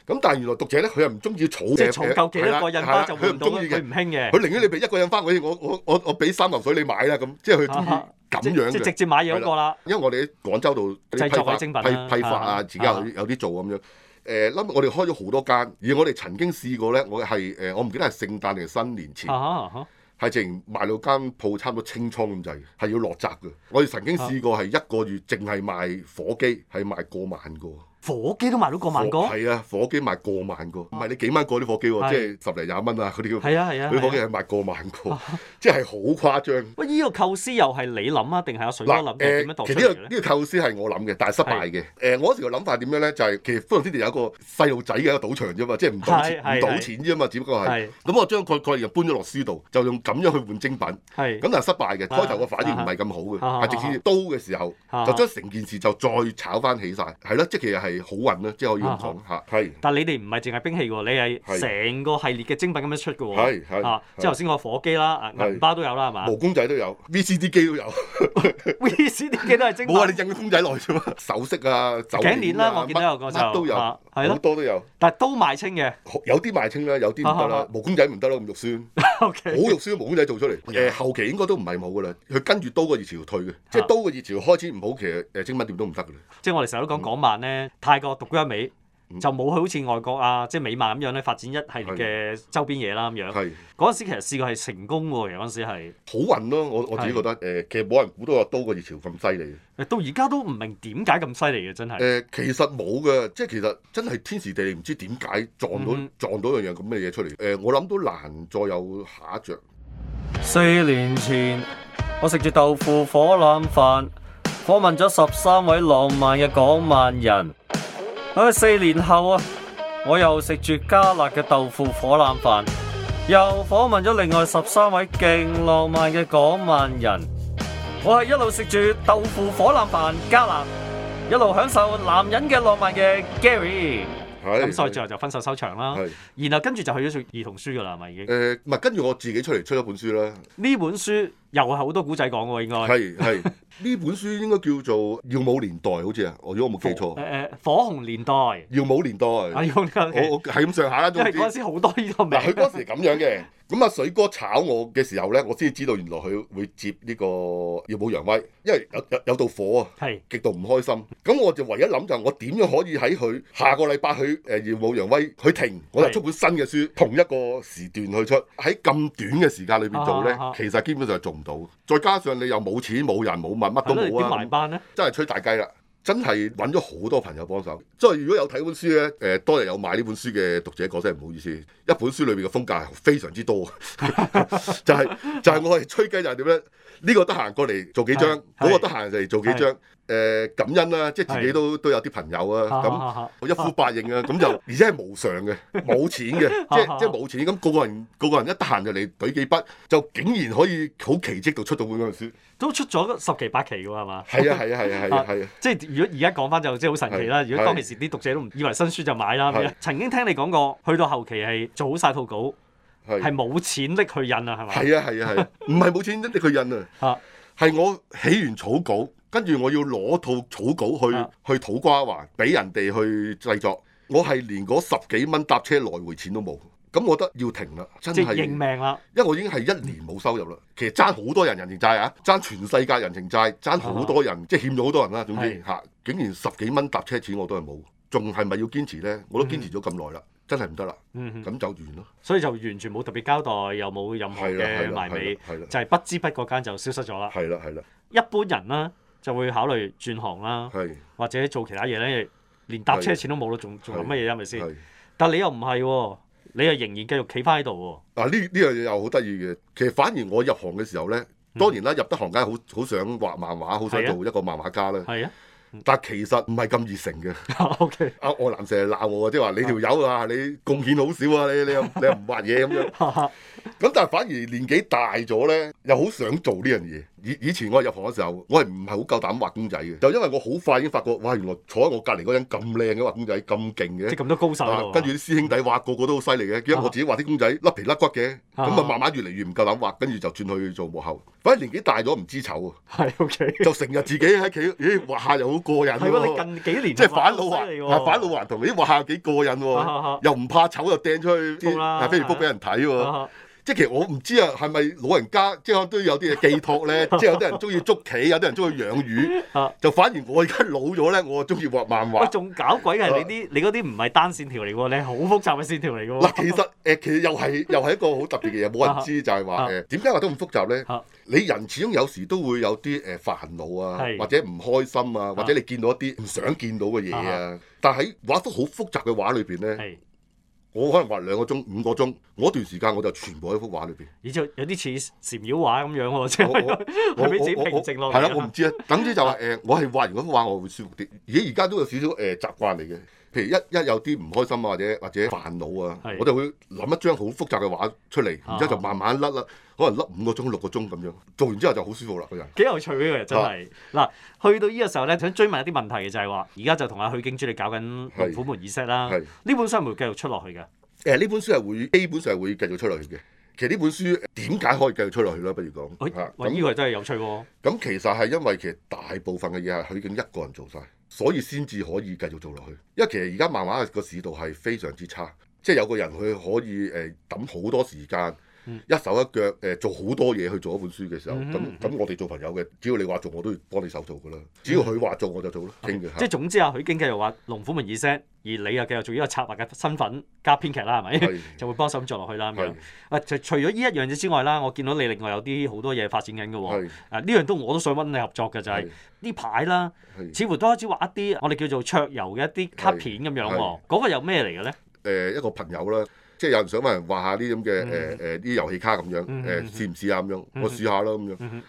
咁但係原來讀者咧，佢又唔中意儲
即係
嘅
儲夠幾多個印花就
係啦係啦佢
換
唔
到
中
啦，
意
佢
嘅。
唔興嘅。
佢寧願你俾一個印花我，我我我我俾三嚿水你買啦咁，即係佢中
啊
意
即
咁樣
即
嘅
直。接買嘢嗰個啦。
因為我哋喺廣州度啲
製
批
作
發
嗰啲精品啦
批批發啊，
啊
自己有有啲做咁樣。誒，諗我哋開咗好多間，而我哋曾經試過咧，我係誒，我唔記得係聖誕定係新年前，
啊哈
係直情賣到間鋪差唔多清倉咁滯，係要落閘嘅。我哋曾經試過係一個月淨係賣火機，係賣過萬個。
火機都賣到過萬個，
火係啊，火機賣過萬個，唔係你幾蚊個啲火機喎，
係
即係十零廿蚊啊嗰啲。
係啊係啊。
佢火機
係啊
係賣過 萬個，即係好誇張。
喂，呢個構思又係你諗啊，定係阿水哥諗
嗱，
定係點樣
誒，
度
其
出
實呢
嚟嘅
個呢
咧？
個構思係我諗嘅，但係失敗嘅。誒，我嗰時個諗法點樣咧？就係其實歡樂天地有一個細路仔嘅一個賭場啫嘛，即係唔賭
係
錢，
係
唔賭錢啫嘛，只不過係
係。
咁我將概概念搬咗落書度，就用咁樣去換精品。咁
係
但係失敗嘅，
啊
開頭個反應唔係咁好嘅，
啊啊
係直至刀嘅時候
啊
就將成件事就再炒翻起晒。係咯，即係其實係係好運啦，即係可以咁
啊
講嚇。係
但你哋唔係淨係兵器喎，你係
係
成個系列嘅精品咁樣出嘅喎。
係係
啊，即係頭先我火機啦，啊
係
銀包都有啦，係嘛
毛公仔都有，VCD 機都有，
？VC 啲機都係精品
冇。話啊你印個公仔落去啫嘛。首飾啊、手
頸鏈啦
啊
我見到有個
乜
就
乜都有，
啊係咯
好多都有，
但係都賣清嘅。
好有啲賣清啦，有啲唔得
啊啊
啦
啊。
毛公仔唔得啦，咁肉酸。
O
好
K。
肉酸嘅毛公仔做出嚟，誒後期應該都唔係冇噶啦，佢跟住刀個熱潮退嘅，即係刀個熱潮開始唔好，其實誒精品店都唔得嘅啦。
即係我哋成日都講港漫咧，泰國獨居一味。
嗯
就冇好似外國啊，即係美漫咁樣咧，發展一系列嘅周邊嘢啦咁樣。
係
嗰陣時其實試過係成功喎，其實嗰陣時係
好運咯，我我自己覺得誒、其實冇人估到有刀個熱潮咁犀利
誒
嘅。誒、
到而家都唔明點解咁犀利嘅，真係。
其實冇嘅，即係其實真係天時地利，唔知點解撞到、
嗯
撞到樣樣咁嘅嘢出嚟。誒、我諗都難再有下一着。
四年前，我食住豆腐火腩飯，訪問咗十三位浪漫嘅港漫人。喺四年後啊，我又食住加辣嘅豆腐火腩飯，又訪問咗另外十三位勁浪漫嘅港漫人。我係一路食住豆腐火腩飯加辣，一路享受男人嘅浪漫嘅 Gary。
係
咁所以最後就分手收場啦。
係
然後跟住就去咗做兒童書㗎啦，係咪已經？
誒，唔係跟住我自己出嚟出咗本書啦。
呢本書又係好多古仔講喎，應該。
係係 呢本書應該叫做《耀武年代》，好似啊，我如果我冇記錯，《
誒誒火紅年代。
耀武年代》
啊，用呢個
我我係咁上下啦，
因
總
為
之
嗰陣時好多呢個名
嗱，。佢嗰時咁樣嘅，咁啊水哥炒我嘅時候咧，我先知道原來佢會接呢個耀武揚威，因為有有有道火啊，
係
極度唔開心。咁我就唯一諗就係我點樣可以喺佢下個禮拜佢誒耀武揚威佢停，我就出本新嘅
嗯
書，同一個時段去出，喺咁短嘅時間裏邊做咧
啊啊啊，
其實基本上係做唔到。再加上你又冇錢冇人冇物，乜
係
都
咯，你
冇
點埋
啊。
班咧？
真係吹大雞啦！真係揾咗好多朋友幫手，即係如果有睇本書咧，誒、多人有買呢本書嘅讀者講真係唔好意思，一本書裏面嘅風格係非常之 多，就係、就係、我係吹雞就係點咧？呢、個得閒過嚟做幾張，
係
嗰個得閒嚟做幾張，誒、感恩啦、即係自己都都有啲朋友啊，咁
咁
我一呼百應啊， 咁就而且係無償嘅，冇錢 嘅，即係即係冇錢，咁個個人個個人一得閒就嚟懟幾筆，就竟然可以好奇蹟度出到本嗰本書，
都出咗十期八期㗎喎，係嘛？
係啊係啊係啊係啊係啊！
即係如果而家講翻就即係好神奇啦。
係
如果當其時啲讀者都唔以為新書就買啦。咁樣
係
曾經聽你講過，去到後期係做好晒套稿，
係啊
係冇錢拎去印啊，係嘛？
係啊係啊係 啊，唔係冇錢拎佢印
啊
啊，係我起完草稿，跟住我要攞套草稿去、
啊
去土瓜灣俾人哋去製作，我係連嗰十幾蚊搭車來回錢都冇，咁我覺得要停啦，真
即係
係
認命啦。
因為我已經係一年冇收入啦。其實爭好多人人情債啊，爭全世界人情債，爭好多人，即係欠咗好多人啦。總之
啊係
嚇，竟然十幾蚊搭車錢我都係冇，仲係咪要堅持呢？我都堅持咗咁耐啦，真係唔得啦，
嗯哼，
咁就完咯。
所以就完全冇特別交代，又冇任何
係啦係
嘅
啦
埋尾，
係啦
就係不知不覺間就消失咗啦。
係啦係啦
一般人啦就會考慮轉行啦，
係
或者做其他嘢咧，因為連搭車錢都冇啦，仲仲諗乜嘢啊？係咪先？
係。
但你又唔係喎，你又仍然繼續企翻喺度
嗱呢呢樣嘢又好得意嘅，其實反而我入行嘅時候咧，當然啦，入得行梗係好好想畫漫畫，好想
嗯係啊
做一個漫畫家啦
喎。。係
但其實唔係咁熱誠嘅。
啊 ，OK，
阿愛南成日鬧我，即係話你條友啊，你貢獻好少啊，你你又你又唔畫嘢咁樣。咁但係反而年紀大咗咧，又好想做呢樣嘢。以以前我入行嘅時候，我係唔係好夠膽畫公仔嘅？就因為我好快已經發覺，哇！原來坐喺我隔離嗰人咁靚嘅畫公仔，咁勁嘅
即係。咁多高手
啊
喎
跟住啲師兄弟畫個個都好犀利嘅，因為我自己畫啲公仔甩皮甩骨嘅，
啊
咁啊慢慢越嚟越唔夠膽畫，跟住就轉去做幕後。反正年紀大咗唔知 醜啊，
係 OK，
就成日自己喺企，咦畫下又好過癮
係喎，
喎，
你近幾年
啊即係反老
啊，
還
犀利
係
喎
反老還童，咦畫下幾過癮
啊啊啊
喎，又唔怕醜又掟出去
好
啲
啦
啊飛魚煲俾人睇喎。
啊
即係其實我唔知啊，係咪老人家即係都有啲嘢寄 託咧？即係有啲人中意捉棋，有啲人中意養魚
啊，
就反而我而家老咗咧，我中意畫漫畫
喂，。仲搞鬼
啊
嘅係你啲，你嗰啲唔係單線條嚟喎，你係好複雜嘅線條嚟嘅
嗱，
喎。
其實誒、其實 又係又係一個好特別嘅嘢，冇人知就係
啊
話誒呃點解話都咁複雜咧
啊？
你人始終有時都會有啲誒煩惱啊
係，
或者唔開心啊，或者你見到一啲 唔想見到嘅嘢啊。但喺畫幅好複雜嘅畫裏邊咧，
係，
我可能畫兩個鐘、五個鐘，我嗰段時間我就全部喺幅畫裏邊。
而且有啲似禪妖畫咁樣喎，即
我我
係
我
係俾自己
我我
平靜落嚟
係啦
啊，
我唔知啊。總之就話誒，我係畫完嗰幅畫我會舒服啲，而且而家都有少少誒習慣嚟嘅。譬如一一有啲唔開心啊，或者或者煩惱啊
係，啊
我就會諗一張好複雜嘅畫出嚟，然之後就慢慢甩啦，可能甩五個鐘六個鐘咁樣，做完之後就好舒服啦個人。
幾有趣呢個人
啊
真係嗱，去到呢個時候咧，想追問一啲問題嘅就係話，而家就同阿許景珠你搞緊
係
龍虎門 reset 啦，
係
呢本書係咪會繼續出落去嘅？
誒呢本書係會基本上係會繼續出落去嘅。其實呢本書點解可以繼續出落去咧？不如講
喂
嚇
喂，呢
咁
個真係有趣喎，
咁其實係因為其實大部分嘅嘢係許景一個人做晒，所以先至可以繼續做落去。因為其實而家漫畫個市道係非常之差，即係有個人佢可以誒抌好多時間。
嗯
一手一腳誒、做好多嘢去做一本書嘅時候，
嗯
咁
哼
咁、我哋做朋友嘅，只要你話做，我都要幫你手做噶啦。只要佢話做，我就做啦，傾嘅
即係總之啊，許景繼續話龍虎門 reset，而你又繼續做呢個策劃嘅身份加編劇啦，係咪？
係
就會幫手咁做落去啦咁樣
係。
喂，除除咗呢一樣嘢之外啦，我見到你另外有啲好多嘢發展緊嘅喎。
係
啊，呢樣都我都想揾你合作嘅就係
係嗯
呢排啦，
係
似乎都開始畫一啲我哋叫做桌遊嘅一啲卡片咁樣喎
係。
嗰個又咩嚟嘅咧？
誒一個朋友啦，即係有人想揾人畫下啲咁嘅誒誒啲遊戲卡咁樣，
嗯
誒試唔試啊下咁樣，
嗯
我試下啦咁樣
嗯哼，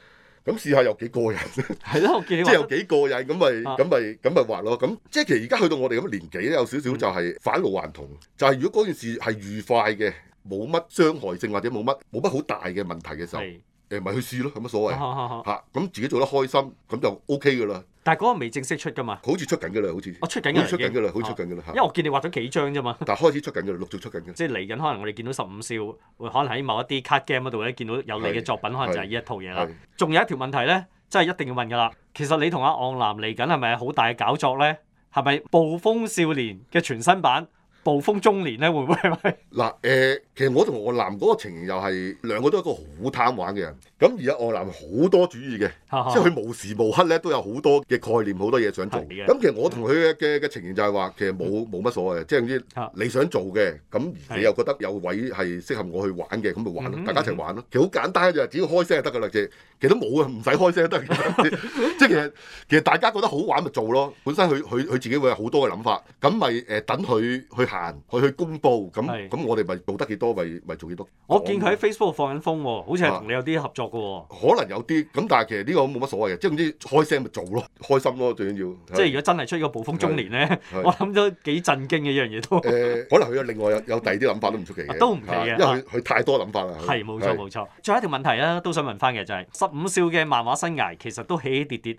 咁試下有幾過癮。
係咯，我見你
即
畫
係有幾過癮，咁咪
啊
咁咪咁咪畫咯。咁即係其實而家去到我哋咁嘅年紀咧，有少
嗯
少就係返老還童，就係、如果嗰件事係愉快嘅，冇乜傷害性或者冇乜冇乜好大嘅問題嘅時候，
係哦啊
誒咪去試咯，有乜所謂？嚇
哈哈哈
咁、自己做得開心，咁就 O K 噶啦。
但係嗰個未正式出㗎嘛，
好似出緊噶啦，好似
我出緊㗎啦
好似出緊噶
已經
啦，
啊哦
好似出緊噶啦
因
嚇
為。我見你畫咗幾張啫嘛，
但係開始出緊噶啦，陸續出緊嘅。
即係嚟緊可能我哋見到十五少，會可能喺某一啲 card game 嗰度咧見到有你嘅
係
作品，可能就係呢一套嘢啦
係。
仲有一條問題咧，真係一定要問㗎啦。其實你同阿昂南嚟緊係咪好大嘅搞作咧？係咪暴風少年嘅全新版？暴風中年咧會唔會係咪？
嗱誒、其實我同我男嗰個情形又係兩個都係一個好貪玩嘅人。咁而家我男好多主意嘅。 即係佢無時無刻咧都有好多嘅概念，好多嘢想做。
係嘅嗯
咁其實我同佢嘅嘅嘅情形就係話，其實冇冇乜所謂嘅，即係總之
嚇
你想做嘅，咁而
係
你又覺得有位係適合我去玩嘅，咁咪玩
嗯
咯
哼，
大家一齊玩咯。其實好簡單嘅啫，只要開聲就得㗎啦，其實其實都冇啊，唔使開聲都 得嘅。即係其實其實大家覺得好玩咪做咯。本身佢佢佢自己會有好多嘅諗法，咁咪誒等佢去行，佢去公佈，
係
咁咁我哋咪做得幾多咪咪做幾多。
我見佢喺 Facebook 放緊風喎，好似係同你有啲合作嘅喎。
可能有啲咁，但係其實呢個冇乜所謂嘅，即係總之開聲咪做咯， 開心咯最緊要。
即係如果真係出呢個暴風中年咧，
係
我諗都幾震驚嘅一樣嘢都
誒、可能佢有另外有有第二啲諗法都唔出奇嘅，
都唔奇嘅
啊因為
啊
佢佢太多諗法啦。佢
係冇錯冇錯。最後一條問題啦，都想問翻嘅就係十五少嘅漫畫生涯其實都起起跌跌，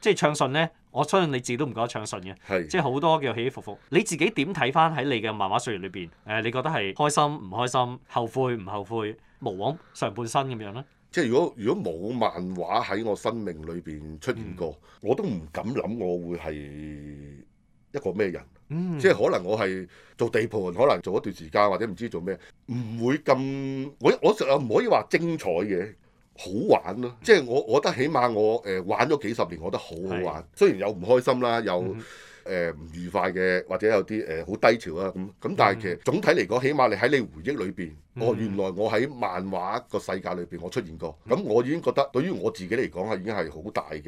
即係暢順咧，我相信你自己都唔覺得暢順嘅。
係
即係好多叫起起伏伏。你自己點睇翻喺你嘅漫畫歲月裏邊？誒、你覺得係開心唔開心、後悔唔後悔、無往上半生咁樣咧？
即係如果如果冇漫畫喺我生命裏邊出現過，
嗯
我都唔敢諗我會係一個咩人。
嗯，
即係可能我係做地盤，可能做一段時間或者唔知做咩，唔會咁我我實又唔可以話精彩嘅。好玩咯，即係我我覺得起碼我誒、呃玩咗幾十年，我覺得好好玩。雖然有唔開心啦，有誒唔
嗯、
愉快嘅，或者有啲誒好低潮啦咁咁，但係其實總體嚟講，起碼你喺你回憶裏邊，
嗯
哦原來我喺漫畫個世界裏邊我出現過，咁我已經覺得對於我自己嚟講係已經係好大嘅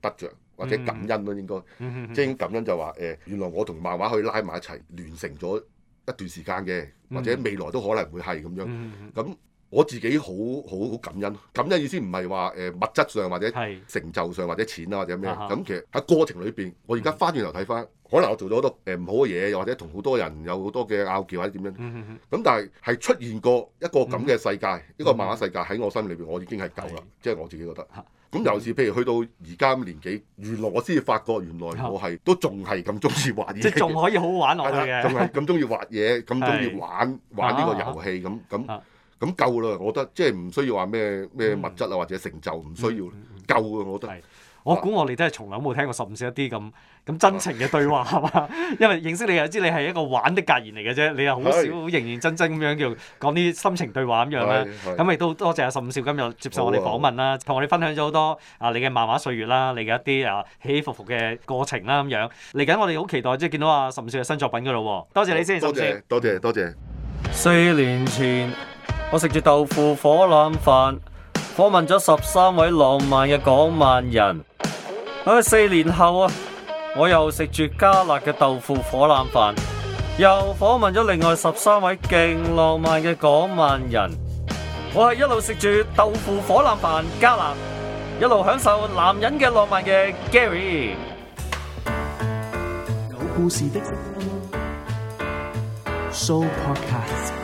得着或者感恩咯，應該。
嗯
即係咁樣就話誒、原來我同漫畫去拉埋一齊，聯成咗一段時間嘅，或者
嗯
未來都可能會係咁樣。咁、
嗯
我自己好好好感恩，感恩意思唔係話誒物質上或者
係
成就上或者錢啊或者咩，
啊嗯哈
咁、其實喺過程裏邊，我而家翻轉頭睇翻，可能我做咗好多誒唔好嘅嘢，又或者同好多人有好多嘅拗撬或者點樣。
嗯嗯
咁但係係出現過一個咁嘅世界，一個漫畫世界喺我心裏邊，我已經係夠啦
係，
即係我自己覺得
嗯嚇。
咁尤其是譬如去到而家咁年紀，原來我先至發覺，原來我係都仲係咁中意畫嘢，
即係仲可以好好玩落去
係啦仲
嘅。
係咁中意畫嘢，咁中意玩玩呢個遊戲咁咁
啊
咁夠啦，我覺得即係唔需要話咩咩
嗯
物質啊或者成就，唔需要啦
嗯嗯
夠啊，我覺得
係我估我哋都係從來冇聽過十五少一啲咁咁
哦
真情嘅對話係嘛？ 因為認識你又知你係一個玩的格言嚟嘅啫，你又好少
係
認認真真咁樣叫講啲心情對話咁樣啦
係。係啊
咁亦都多謝阿十五少今日接受我哋訪問啦，同我哋分享咗好多啊你嘅漫畫歲月啦，你嘅一啲啊起起伏伏嘅過程啦咁樣。嚟緊我哋好期待即係見到阿十五少嘅新作品噶咯喎，多謝你先，十五
多
少。
謝多謝多謝。
四年前，我食住豆腐火腩飯，訪問咗十三位浪漫嘅港漫人。喺四年後啊，我又食住加辣嘅豆腐火腩飯，又訪問咗另外十三位勁浪漫嘅港漫人。我係一路食住豆腐火腩飯加辣，一路享受男人嘅浪漫嘅 Gary。
有故事的 So Podcast。